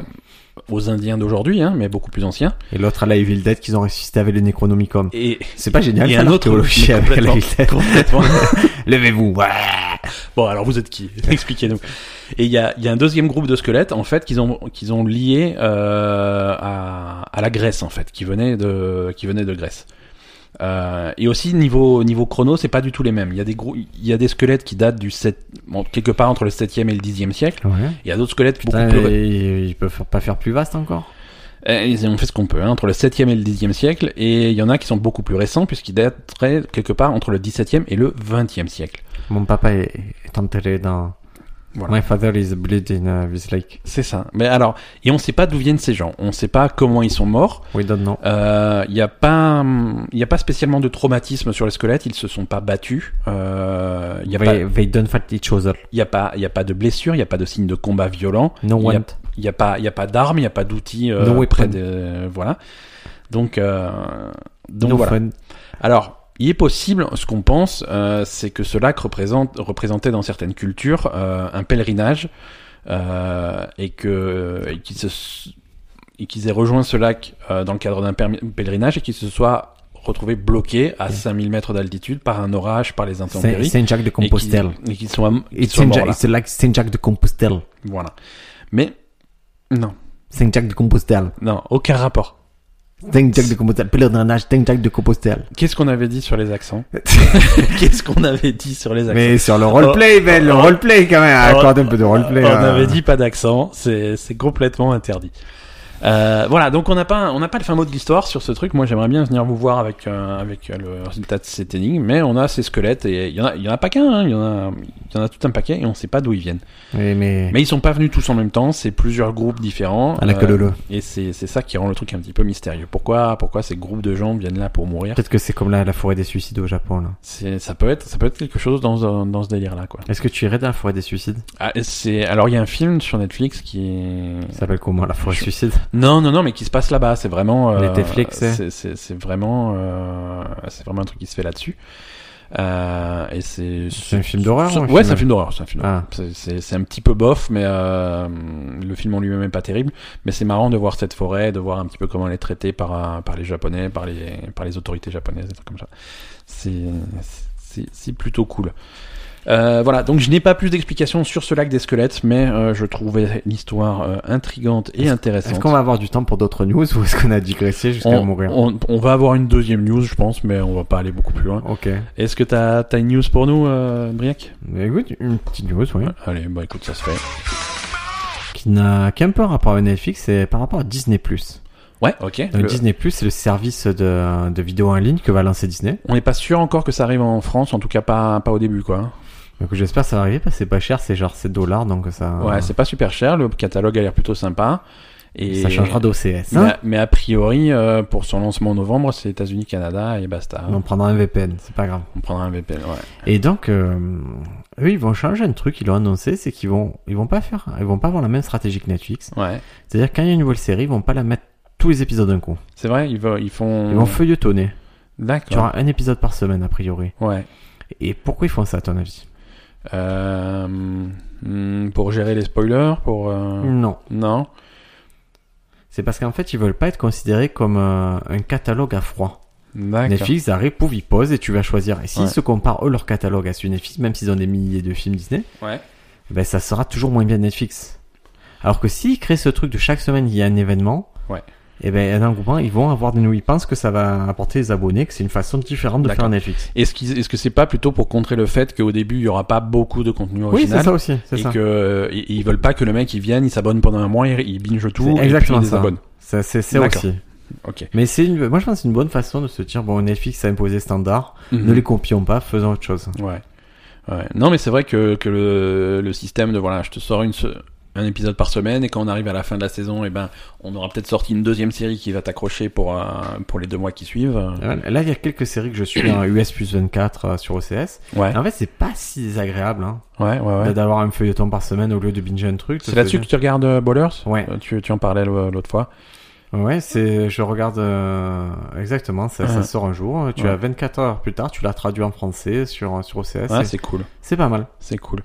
Speaker 2: aux Indiens d'aujourd'hui, hein, mais beaucoup plus anciens.
Speaker 1: Et l'autre à la Evil Dead qu'ils ont ressuscité avec le Necronomicon.
Speaker 2: Et,
Speaker 1: C'est pas génial.
Speaker 2: et
Speaker 1: ça,
Speaker 2: un autre
Speaker 1: l'archéologie
Speaker 2: mais
Speaker 1: avec la Evil
Speaker 2: complètement-
Speaker 1: Dead.
Speaker 2: complètement
Speaker 1: Levez-vous. Ouais.
Speaker 2: Bon, alors vous êtes qui Expliquez-nous. Et il y a, il y a un deuxième groupe de squelettes, en fait, qu'ils ont, qu'ils ont lié euh, à, à la Grèce, en fait, qui venait de, qui venait de Grèce. Euh, et aussi niveau niveau chrono, c'est pas du tout les mêmes. Il y a des grou- il y a des squelettes qui datent du 7 bon, quelque part entre le 7e et le 10e siècle.
Speaker 1: Ouais.
Speaker 2: Il y a d'autres squelettes
Speaker 1: Putain,
Speaker 2: beaucoup plus
Speaker 1: et- et ils peuvent pas faire plus vaste encore.
Speaker 2: euh, ils ont fait ce qu'on peut, hein, entre le 7e et le 10e siècle, et il y en a qui sont beaucoup plus récents, puisqu'ils dateraient quelque part entre le 17e et le 20e siècle.
Speaker 1: Mon papa est, est enterré dans.
Speaker 2: Voilà.
Speaker 1: My father is buried in uh, this lake.
Speaker 2: C'est ça. Mais alors, et on ne sait pas d'où viennent ces gens, on ne sait pas comment ils sont morts,
Speaker 1: We don't know.
Speaker 2: Euh, il n'y a, pas, hum, il y a pas spécialement de traumatisme sur les squelettes, ils se sont pas battus, Euh, il n'y a, pas-
Speaker 1: they, they don't fight each other.
Speaker 2: il y a, pas- il y a pas de blessures, il n'y a pas de signes de combat violent,
Speaker 1: No
Speaker 2: Il y a-
Speaker 1: one.
Speaker 2: il n'y a pas, il y a pas d'armes, il n'y a pas d'outils euh,
Speaker 1: No
Speaker 2: près
Speaker 1: weapon.
Speaker 2: de... Voilà. Donc, euh, donc
Speaker 1: no
Speaker 2: voilà.
Speaker 1: fun.
Speaker 2: Alors, il est possible, ce qu'on pense, euh, c'est que ce lac représente, représentait dans certaines cultures euh, un pèlerinage euh, et que et qu'ils se- et qu'ils aient rejoint ce lac euh, dans le cadre d'un permi- pèlerinage et qu'ils se soient retrouvés bloqués à 5000 mètres d'altitude par un orage, par les
Speaker 1: Saint-
Speaker 2: intempéries.
Speaker 1: Saint-Jacques de
Speaker 2: et qu'ils-
Speaker 1: Compostelle.
Speaker 2: Et qu'ils soient, qu'ils
Speaker 1: It's,
Speaker 2: soient
Speaker 1: Saint
Speaker 2: morts là.
Speaker 1: it's like Saint-Jacques de Compostelle.
Speaker 2: Voilà. Mais, non,
Speaker 1: Saint-Jacques de Compostelle.
Speaker 2: non, aucun rapport.
Speaker 1: Saint-Jacques de Compostelle. Pèlerinage, Saint-Jacques de Compostelle.
Speaker 2: Qu'est-ce qu'on avait dit sur les accents Qu'est-ce qu'on avait dit sur les accents
Speaker 1: Mais sur le roleplay, Ben, le roleplay quand même.
Speaker 2: Oh,
Speaker 1: Accorde un peu de roleplay.
Speaker 2: On
Speaker 1: hein.
Speaker 3: Euh,
Speaker 2: avait dit pas d'accent, c'est c'est complètement interdit. Euh, voilà, donc on n'a pas on n'a pas le fin mot de l'histoire sur ce truc. Moi, j'aimerais bien venir vous voir avec euh, avec euh, le résultat de cette énigme, mais on a ces squelettes et il y en a il y en a pas qu'un, hein, il y en a il y en a tout un paquet et on sait pas d'où ils viennent.
Speaker 1: Oui, mais.
Speaker 2: Mais ils sont pas venus tous en même temps, c'est plusieurs groupes différents.
Speaker 1: À la queue
Speaker 2: euh,
Speaker 1: leu leu.
Speaker 2: et c'est c'est ça qui rend le truc un petit peu mystérieux. Pourquoi pourquoi ces groupes de gens viennent là pour mourir
Speaker 1: Peut-être que c'est comme la, la forêt des suicides au Japon, là.
Speaker 2: C'est ça peut être ça peut être quelque chose dans ce- dans ce délire là quoi.
Speaker 1: Est-ce que tu irais dans la forêt des suicides
Speaker 2: Ah, c'est alors il y a un film sur Netflix qui est
Speaker 1: Ça s'appelle comment La forêt des
Speaker 2: Je-
Speaker 1: suicides
Speaker 2: Non, non, non, mais qui se passe là-bas, c'est vraiment. euh,
Speaker 1: Les Netflix, c'est-
Speaker 2: c'est- c'est c'est vraiment, euh, c'est vraiment un truc qui se fait là-dessus. Euh, et c'est.
Speaker 1: C'est un film d'horreur
Speaker 2: c'est-
Speaker 1: ou un film-
Speaker 2: Ouais, c'est un film d'horreur. C'est un film. d'horreur.
Speaker 1: Ah.
Speaker 2: C'est- C'est c'est un petit peu bof, mais euh, le film en lui-même est pas terrible. Mais c'est marrant de voir cette forêt, de voir un petit peu comment elle est traitée par euh, par les Japonais, par les par les autorités japonaises, des trucs comme ça. C'est c'est- c'est plutôt cool. Euh, voilà, donc je n'ai pas plus d'explications sur ce lac des squelettes, mais euh, je trouvais l'histoire euh, intrigante et intéressante.
Speaker 1: Est-ce qu'on va avoir du temps pour d'autres news ou est-ce qu'on a digressé jusqu'à
Speaker 2: On,
Speaker 1: mourir
Speaker 2: on- on va avoir une deuxième news, je pense, mais on va pas aller beaucoup plus loin.
Speaker 1: Ok.
Speaker 2: Est-ce que t'as as une news pour nous, euh, Briac
Speaker 1: Mais écoute, une petite news, oui.
Speaker 2: Allez, bah écoute, ça se fait.
Speaker 1: Qui n'a qu'un peu rapport à Netflix, c'est par rapport à Disney+.
Speaker 2: Ouais, ok.
Speaker 1: Donc,
Speaker 2: Le-
Speaker 1: Disney+, c'est le service de, de vidéos en ligne que va lancer Disney.
Speaker 2: On n'est pas sûr encore que ça arrive en France, en tout cas pas, pas au début, quoi.
Speaker 1: Donc j'espère que ça va arriver parce que c'est pas cher, c'est genre 7 dollars, donc ça...
Speaker 2: Ouais, c'est pas super cher, le catalogue a l'air plutôt sympa. Et
Speaker 1: Ça changera d'OCS,
Speaker 2: mais,
Speaker 1: hein
Speaker 2: a- mais a priori, euh, pour son lancement en novembre, c'est États-Unis, Canada et basta.
Speaker 1: On prendra un VPN, c'est pas grave.
Speaker 2: On prendra un VPN, ouais.
Speaker 1: Et donc, euh, eux, ils vont changer un truc, ils l'ont annoncé, c'est qu'ils vont, ils vont pas faire, ils vont pas avoir la même stratégie que Netflix.
Speaker 2: Ouais.
Speaker 1: C'est-à-dire quand il y a une nouvelle série, ils vont pas la mettre tous les épisodes d'un coup.
Speaker 2: C'est vrai, ils, vont- ils font.
Speaker 1: Ils vont feuilletonner. Tu
Speaker 2: D'accord.
Speaker 1: auras un épisode par semaine, a priori.
Speaker 2: Ouais.
Speaker 1: Et pourquoi ils font ça, à ton avis
Speaker 2: Euh, hmm, pour gérer les spoilers, pour. euh,
Speaker 1: Non.
Speaker 2: Non.
Speaker 1: C'est parce qu'en fait, ils veulent pas être considérés comme euh, un catalogue à froid.
Speaker 2: D'accord.
Speaker 1: Netflix arrive, pouf, ils posent et tu vas choisir. Et s'ils
Speaker 2: Ouais.
Speaker 1: se comparent, eux, leur catalogue à celui de Netflix, même s'ils ont des milliers de films Disney,
Speaker 2: Ouais.
Speaker 1: ben, ça sera toujours moins bien Netflix. Alors que s'ils créent ce truc de chaque semaine, il y a un événement,
Speaker 2: Ouais.
Speaker 1: et ben, un engouement, ils vont avoir des nouveaux. Ils pensent que ça va apporter les abonnés, que c'est une façon différente de
Speaker 2: D'accord.
Speaker 1: faire Netflix.
Speaker 2: Est-ce qu'ils- est-ce que c'est pas plutôt pour contrer le fait qu'au début il y aura pas beaucoup de contenu
Speaker 1: Oui,
Speaker 2: original
Speaker 1: c'est ça aussi. C'est
Speaker 2: et
Speaker 1: ça.
Speaker 2: que euh, ils- ils veulent pas que le mec il vienne, il s'abonne pendant un mois, il, il binge tout
Speaker 1: C'est
Speaker 2: et puis il
Speaker 1: exactement ça.
Speaker 2: désabonne.
Speaker 1: Ça, C'est c'est
Speaker 2: D'accord.
Speaker 1: aussi.
Speaker 2: Ok.
Speaker 1: Mais c'est une, moi je pense que c'est une bonne façon de se dire bon Netflix a imposé standard,
Speaker 2: Mhm.
Speaker 1: ne les copions pas, faisons autre chose.
Speaker 2: Ouais. Ouais. Non mais c'est vrai que, que le, le système de voilà, je te sors une se- un épisode par semaine et quand on arrive à la fin de la saison, et ben on aura peut-être sorti une deuxième série qui va t'accrocher pour euh, pour les deux mois qui suivent.
Speaker 1: Là il y a quelques séries que je suis en US plus 24 euh, sur OCS.
Speaker 2: Ouais.
Speaker 1: En fait c'est pas si désagréable hein,
Speaker 2: Ouais, ouais, ouais.
Speaker 1: d'avoir un feuilleton par semaine au lieu de binge un truc.
Speaker 2: C'est là-dessus que tu regardes euh, Ballers
Speaker 1: Ouais.
Speaker 2: Euh, Tu, tu en parlais l'au- l'autre fois.
Speaker 1: Ouais c'est je regarde euh, exactement ça, ça
Speaker 2: Ouais.
Speaker 1: sort un jour. Tu
Speaker 2: Uh-huh. Ouais.
Speaker 1: as 24 heures plus tard tu l'as traduit en français sur sur OCS.
Speaker 2: Ah,
Speaker 1: et
Speaker 2: c'est cool.
Speaker 1: c'est pas mal.
Speaker 2: C'est cool.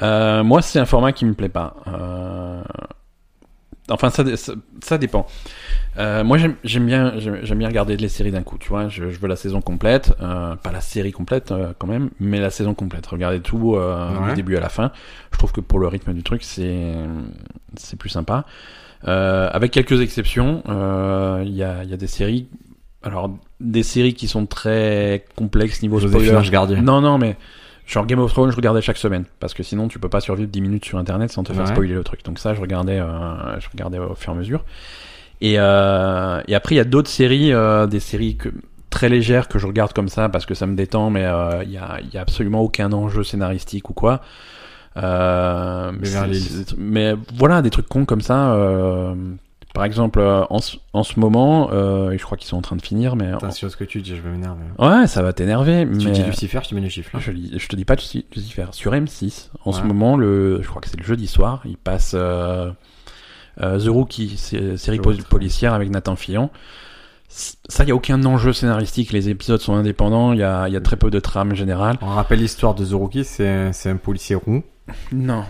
Speaker 2: Euh, moi, c'est un format qui me plaît pas. Euh, Enfin, ça, dé- ça, ça dépend. Euh, moi, j'aime- j'aime bien, j'aime j'aime bien regarder les séries d'un coup, tu vois. Je, je veux la saison complète, euh, pas la série complète euh, quand même, mais la saison complète. Regarder tout euh,
Speaker 1: Ouais.
Speaker 2: du début à la fin. Je trouve que pour le rythme du truc, c'est c'est plus sympa. Euh, avec quelques exceptions, euh, il y, a, il y a des séries, alors des séries qui sont très complexes niveau
Speaker 1: Joséphine
Speaker 2: spoiler.
Speaker 1: Ange Gardien.
Speaker 2: Non, non, mais genre Game of Thrones, je regardais chaque semaine parce que sinon tu peux pas survivre 10 minutes sur internet sans te faire
Speaker 1: Ouais.
Speaker 2: spoiler le truc. Donc ça, je regardais, euh, je regardais au fur et à mesure. Et, euh, et après, il y a d'autres séries, euh, des séries que, très légères que je regarde comme ça parce que ça me détend, mais euh, il y, a, il y a absolument aucun enjeu scénaristique ou quoi. Euh, mais,
Speaker 1: Beverly
Speaker 2: c'est-
Speaker 1: Hills.
Speaker 2: c'est- mais voilà, des trucs cons comme ça. euh, par exemple, euh, en, ce- en ce moment, euh, et je crois qu'ils sont en train de finir, mais
Speaker 1: Putain, sur ce que tu dis, je vais m'énerver.
Speaker 2: ouais, ça va t'énerver.
Speaker 1: Si tu
Speaker 2: mais-
Speaker 1: dis Lucifer, je te mets hein. le chiffre.
Speaker 2: je, lis- je te dis pas de Luci- Lucifer. Sur M6, en ce
Speaker 1: Ouais.
Speaker 2: moment, le, je crois que c'est le jeudi soir, il passe euh, euh, The Rookie, sé- série
Speaker 1: Je
Speaker 2: po-
Speaker 1: vois.
Speaker 2: policière avec Nathan Fillon. C- Ça, il n'y a aucun enjeu scénaristique. Les épisodes sont indépendants. Il y a, il y a très peu de trame générale.
Speaker 1: On rappelle l'histoire de The Rookie, c'est un, c'est un policier roux.
Speaker 2: Non.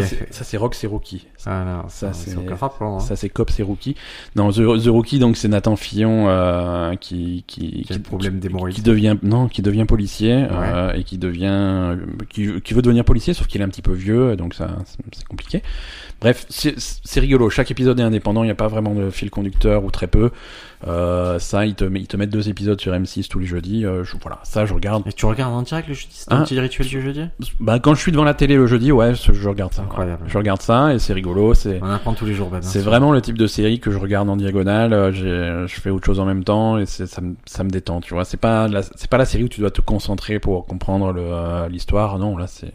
Speaker 1: Qui a
Speaker 2: c'est-
Speaker 1: fait-
Speaker 2: ça, c'est Rock, c'est Rookie.
Speaker 1: Ah non,
Speaker 2: Ça,
Speaker 1: ça,
Speaker 2: c'est-
Speaker 1: c'est aucun rapport. hein.
Speaker 2: Ça, c'est Cop, c'est Rookie. Non, The, The Rookie, donc, c'est Nathan Fillon euh, qui, qui,
Speaker 1: Qui a le problème
Speaker 2: qui
Speaker 1: d'hémorroïdes.
Speaker 2: devient non qui devient policier euh, et qui devient euh, qui, qui veut devenir policier sauf qu'il est un petit peu vieux donc ça c'est- c'est compliqué bref c'est c'est rigolo chaque épisode est indépendant il n'y a pas vraiment de fil conducteur ou très peu Euh, ça ils te met- ils te mettent deux épisodes sur M6 tous les jeudis Euh, je- voilà ça je regarde
Speaker 1: Et tu regardes en direct le jeudi C'est
Speaker 2: Ah.
Speaker 1: un petit rituel du jeudi
Speaker 2: bah quand je suis devant la télé le jeudi ouais je je regarde ça
Speaker 1: Incroyable.
Speaker 2: je regarde ça et c'est rigolo c'est
Speaker 1: On apprend tous les jours, Ben. hein.
Speaker 2: C'est vraiment le type de série que je regarde en diagonale. euh, j'ai- Je fais autre chose en même temps et c'est- ça me, ça me détend. Tu vois, c'est pas la- c'est pas la série où tu dois te concentrer pour comprendre le, euh, l'histoire. Non, là c'est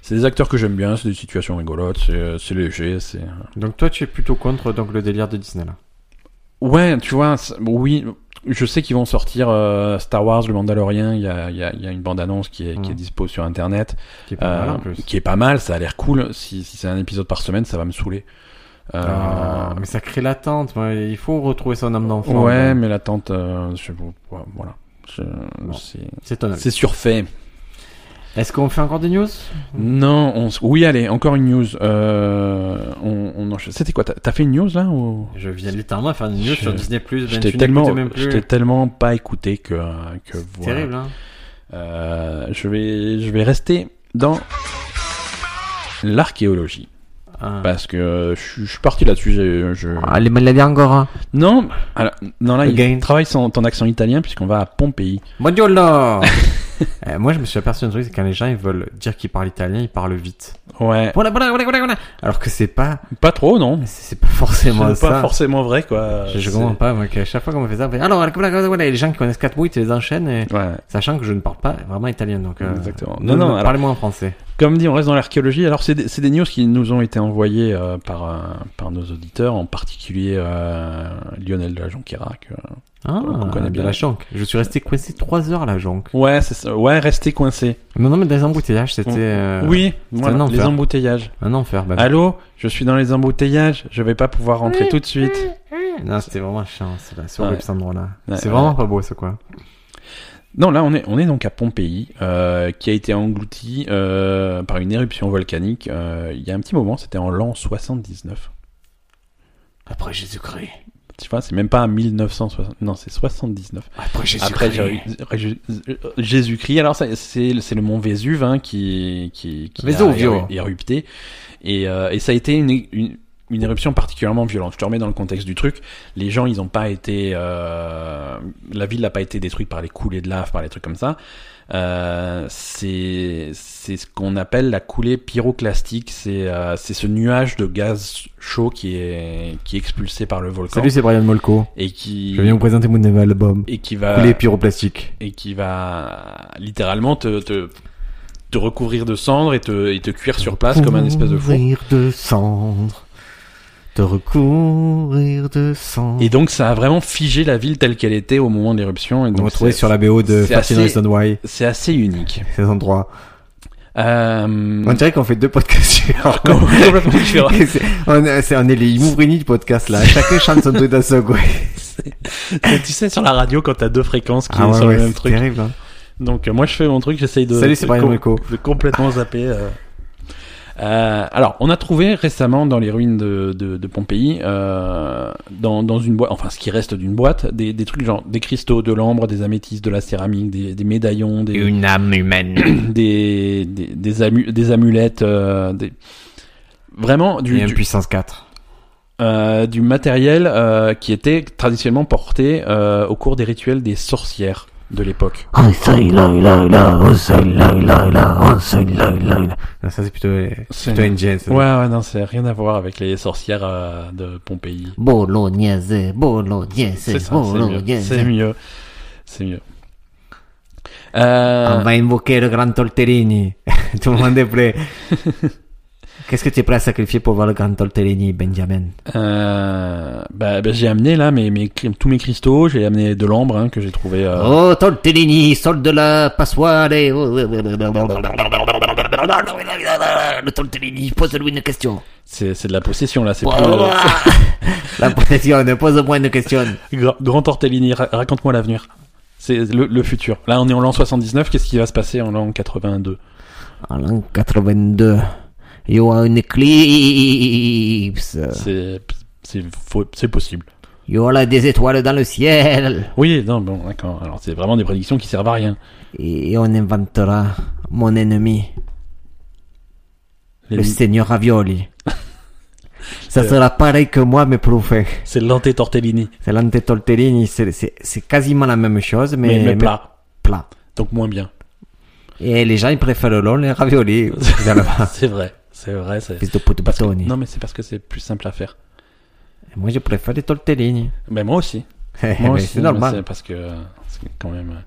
Speaker 2: c'est des acteurs que j'aime bien. C'est des situations rigolotes. C'est euh, c'est léger. C'est euh.
Speaker 1: Donc toi, tu es plutôt contre donc, le délire de Disney, là.
Speaker 2: ouais, tu vois. c'est- Oui, je sais qu'ils vont sortir euh, Star Wars, le Mandalorian. Il y a, il y a- il y a une bande annonce qui est, qui est
Speaker 1: Mhm.
Speaker 2: dispo sur internet.
Speaker 1: Qui est pas mal,
Speaker 2: Euh,
Speaker 1: en plus.
Speaker 2: qui est pas mal, ça a l'air cool. Si, si c'est un épisode par semaine, ça va me saouler. Euh,
Speaker 1: Ah, mais ça crée l'attente. moi, Il faut retrouver son âme d'enfant. Ben.
Speaker 2: ouais, mais l'attente, euh, je- voilà. Je- c'est-
Speaker 1: C'est ton avis.
Speaker 2: C'est surfait.
Speaker 1: Est-ce qu'on fait encore des news
Speaker 2: Non, on s- oui, allez, encore une news. Euh, on, on enchaîne. C'était quoi T'as t'as fait une news là ou...
Speaker 1: Je viens littéralement faire des news
Speaker 2: Je-
Speaker 1: sur Disney+. Ben,
Speaker 2: Je t'ai
Speaker 1: tu
Speaker 2: tellement,
Speaker 1: n'écoutais même
Speaker 2: je
Speaker 1: plus.
Speaker 2: t'ai tellement pas écouté que, euh, que voilà.
Speaker 1: Terrible, hein
Speaker 2: Euh, je vais, je vais rester dans l'archéologie
Speaker 1: Ah.
Speaker 2: parce que euh, je, suis- je suis parti là-dessus. j'ai- Je...
Speaker 3: Allez, mais l'année encore. Hein.
Speaker 2: Non, alors, non là, il
Speaker 1: Again.
Speaker 2: travaille son, ton accent italien puisqu'on va à Pompéi.
Speaker 1: Bonjour là Euh, Moi, je me suis aperçu d'un truc, c'est quand les gens ils veulent dire qu'ils parlent italien, ils parlent vite.
Speaker 2: Ouais,
Speaker 1: Voilà, voilà, voilà, voilà, voilà. Alors que c'est pas,
Speaker 2: pas trop, non.
Speaker 1: c'est c'est pas forcément
Speaker 2: C'est
Speaker 1: ça.
Speaker 2: pas forcément vrai, quoi.
Speaker 1: je, je
Speaker 2: C'est-
Speaker 1: comprends pas, moi, qu'à chaque fois qu'on me fait ça, on fait, alors, voilà, voilà, voilà, voilà. Et les gens qui connaissent quatre mots, ils te les enchaînent, et-
Speaker 2: Ouais,
Speaker 1: sachant que je ne parle pas vraiment italien, donc. euh,
Speaker 2: exactement.
Speaker 1: ne-
Speaker 2: Non, non,
Speaker 1: ne-
Speaker 2: alors,
Speaker 1: Parlez-moi en français.
Speaker 2: comme dit, on reste dans l'archéologie. Alors, c'est des, c'est des news qui nous ont été envoyées euh, par, euh, par nos auditeurs, en particulier euh, Lionel de la Jonquera. que-
Speaker 1: Ah,
Speaker 2: on connaît bien.
Speaker 1: de la jonque. Je suis resté coincé trois heures, la jonque.
Speaker 2: Ouais, c'est ça. ouais, restez coincés.
Speaker 1: Non, non, mais dans les embouteillages, c'était, euh,
Speaker 2: oui, Ah. voilà,
Speaker 1: un
Speaker 2: les
Speaker 1: enfer.
Speaker 2: embouteillages.
Speaker 1: un enfer, bah.
Speaker 2: Allô, je suis dans les embouteillages, je vais pas pouvoir rentrer tout de suite.
Speaker 1: Non, c'était vraiment chiant, c'est là, sur
Speaker 2: Ouais.
Speaker 1: le syndrome là.
Speaker 2: Ouais,
Speaker 1: c'est
Speaker 2: ouais.
Speaker 1: vraiment pas beau, ce quoi.
Speaker 2: Non, là, on est, on est donc à Pompéi, euh, qui a été englouti euh, par une éruption volcanique euh, il y a un petit moment, c'était en l'an 79.
Speaker 1: Après Jésus-Christ.
Speaker 2: Tu vois, c'est même pas 1960. Non, c'est 79.
Speaker 1: Après
Speaker 2: Après Jésus- Jésus-Christ. Alors, ça, c'est c'est le mont Vésuve hein, qui, qui, qui a
Speaker 1: Vesuvio.
Speaker 2: éru- érupté. Et, euh, et ça a été une, une, une éruption particulièrement violente. Je te remets dans le contexte du truc. Les gens, ils n'ont pas été. euh, la ville n'a pas été détruite par les coulées de lave, par les trucs comme ça. Euh, c'est c'est ce qu'on appelle la coulée pyroclastique. C'est euh, c'est ce nuage de gaz chaud qui est, qui est expulsé par le volcan
Speaker 1: Salut, c'est Brian Molko.
Speaker 2: et qui
Speaker 1: Je viens vous présenter mon nouvel album.
Speaker 2: et euh, qui va
Speaker 1: Coulé pyroplastique.
Speaker 2: et qui va littéralement te, te te recouvrir de cendres et te et te cuire sur place Ah, comme un espèce de fou.
Speaker 1: Courir de cendre. De recourir de cendre.
Speaker 2: Et donc ça a vraiment figé la ville telle qu'elle était au moment de l'éruption et
Speaker 1: vous
Speaker 2: donc
Speaker 1: retrouvez
Speaker 2: c'est-
Speaker 1: sur la BO de
Speaker 2: c'est
Speaker 1: Fatino
Speaker 2: assez-
Speaker 1: et Son Why,
Speaker 2: c'est assez unique.
Speaker 1: ces endroits.
Speaker 2: Euh,
Speaker 1: On dirait qu'on fait deux podcasts.
Speaker 2: complètement différent.
Speaker 1: C'est- on, est- c'est- on est les Mouvrini du podcast là. Chacun chante son truc d'un seul, quoi.
Speaker 2: tu sais sur la radio quand t'as deux fréquences qui
Speaker 1: Ah
Speaker 2: sont
Speaker 1: ouais,
Speaker 2: sur
Speaker 1: ouais,
Speaker 2: le même
Speaker 1: c'est
Speaker 2: truc.
Speaker 1: terrible. hein.
Speaker 2: Donc euh, moi je fais mon truc, j'essaye de,
Speaker 1: Salut, c'est
Speaker 2: de
Speaker 1: Brian
Speaker 2: com-
Speaker 1: Molko.
Speaker 2: de complètement zapper. euh. Euh, alors, on a trouvé récemment dans les ruines de, de, de Pompéi, euh, dans, dans une boîte, enfin ce qui reste d'une boîte, des, des trucs genre des cristaux, de l'ambre, des améthystes, de la céramique, des, des médaillons, des,
Speaker 1: Une âme humaine.
Speaker 2: des, des, des, amu- des amulettes, euh, des... vraiment du,
Speaker 1: Et une
Speaker 2: du-
Speaker 1: puissance 4.
Speaker 2: euh, du matériel euh, qui était traditionnellement porté euh, au cours des rituels des sorcières de l'époque.
Speaker 3: Oh, celui-là, il a, il a, oh, celui-là, il a, il a, oh, celui-là, il a, il a.
Speaker 1: Non, ça, c'est plutôt, euh,
Speaker 2: C'est-
Speaker 1: plutôt NGN. ça.
Speaker 2: Ouais, ouais, non, c'est rien à voir avec les sorcières euh, de Pompéi.
Speaker 3: Bolognaise, bolognaise,
Speaker 2: C'est ça, c'est mieux.
Speaker 3: bolognaise.
Speaker 2: C'est mieux. C'est mieux. Euh,
Speaker 3: Ah,
Speaker 1: On va invoquer le grand Tolterini. Tout le monde est prêt. Qu'est-ce que tu es prêt à sacrifier pour voir le grand Tolterini, Benjamin
Speaker 2: euh, bah, bah, j'ai amené là mes, mes, cri- tous mes cristaux, j'ai amené de l'ambre hein, que j'ai trouvé. euh,
Speaker 3: Oh, Tolterini, solde la passoire et... oh, oh, oh, oh, oh, oh, oh, oh. Le Tolterini, pose-lui une question.
Speaker 2: C'est, c'est de la possession là, c'est
Speaker 3: Oh,
Speaker 2: plus,
Speaker 3: oh,
Speaker 2: euh,
Speaker 3: oh.
Speaker 1: La possession, ne pose-moi une question.
Speaker 2: Gra- Grand Tortellini, ra- raconte-moi l'avenir. C'est le, le futur. Là, on est en l'an 79, qu'est-ce qui va se passer en l'an 82
Speaker 3: En l'an 82, il y aura une éclipse.
Speaker 2: C'est, c'est, faux- c'est possible.
Speaker 3: Il y aura des étoiles dans le ciel.
Speaker 2: Oui, non, bon, d'accord. Alors, c'est vraiment des prédictions qui servent à rien.
Speaker 3: Et on inventera mon ennemi,
Speaker 2: Les-
Speaker 3: le seigneur Ravioli.
Speaker 2: Euh.
Speaker 3: Ça sera pareil que moi, mais pour faire.
Speaker 2: c'est l'anté Tortellini,
Speaker 1: C'est l'ante Tolterini, c'est- c'est c'est quasiment la même chose, mais,
Speaker 2: mais, mais plat.
Speaker 1: plat.
Speaker 2: Donc, moins bien.
Speaker 1: Et les gens, ils préfèrent le LOL les raviolis. finalement.
Speaker 2: c'est vrai. C'est vrai. C'est...
Speaker 1: Fils de pute
Speaker 2: parce que-
Speaker 1: bâtonnier.
Speaker 2: Non, mais c'est parce que c'est plus simple à faire.
Speaker 1: Moi, je préfère les Tolterini.
Speaker 2: Ben, moi aussi.
Speaker 1: Eh,
Speaker 2: Moi
Speaker 1: mais
Speaker 2: aussi,
Speaker 1: c'est
Speaker 2: mais
Speaker 1: normal.
Speaker 2: parce que euh, parce que quand même. euh.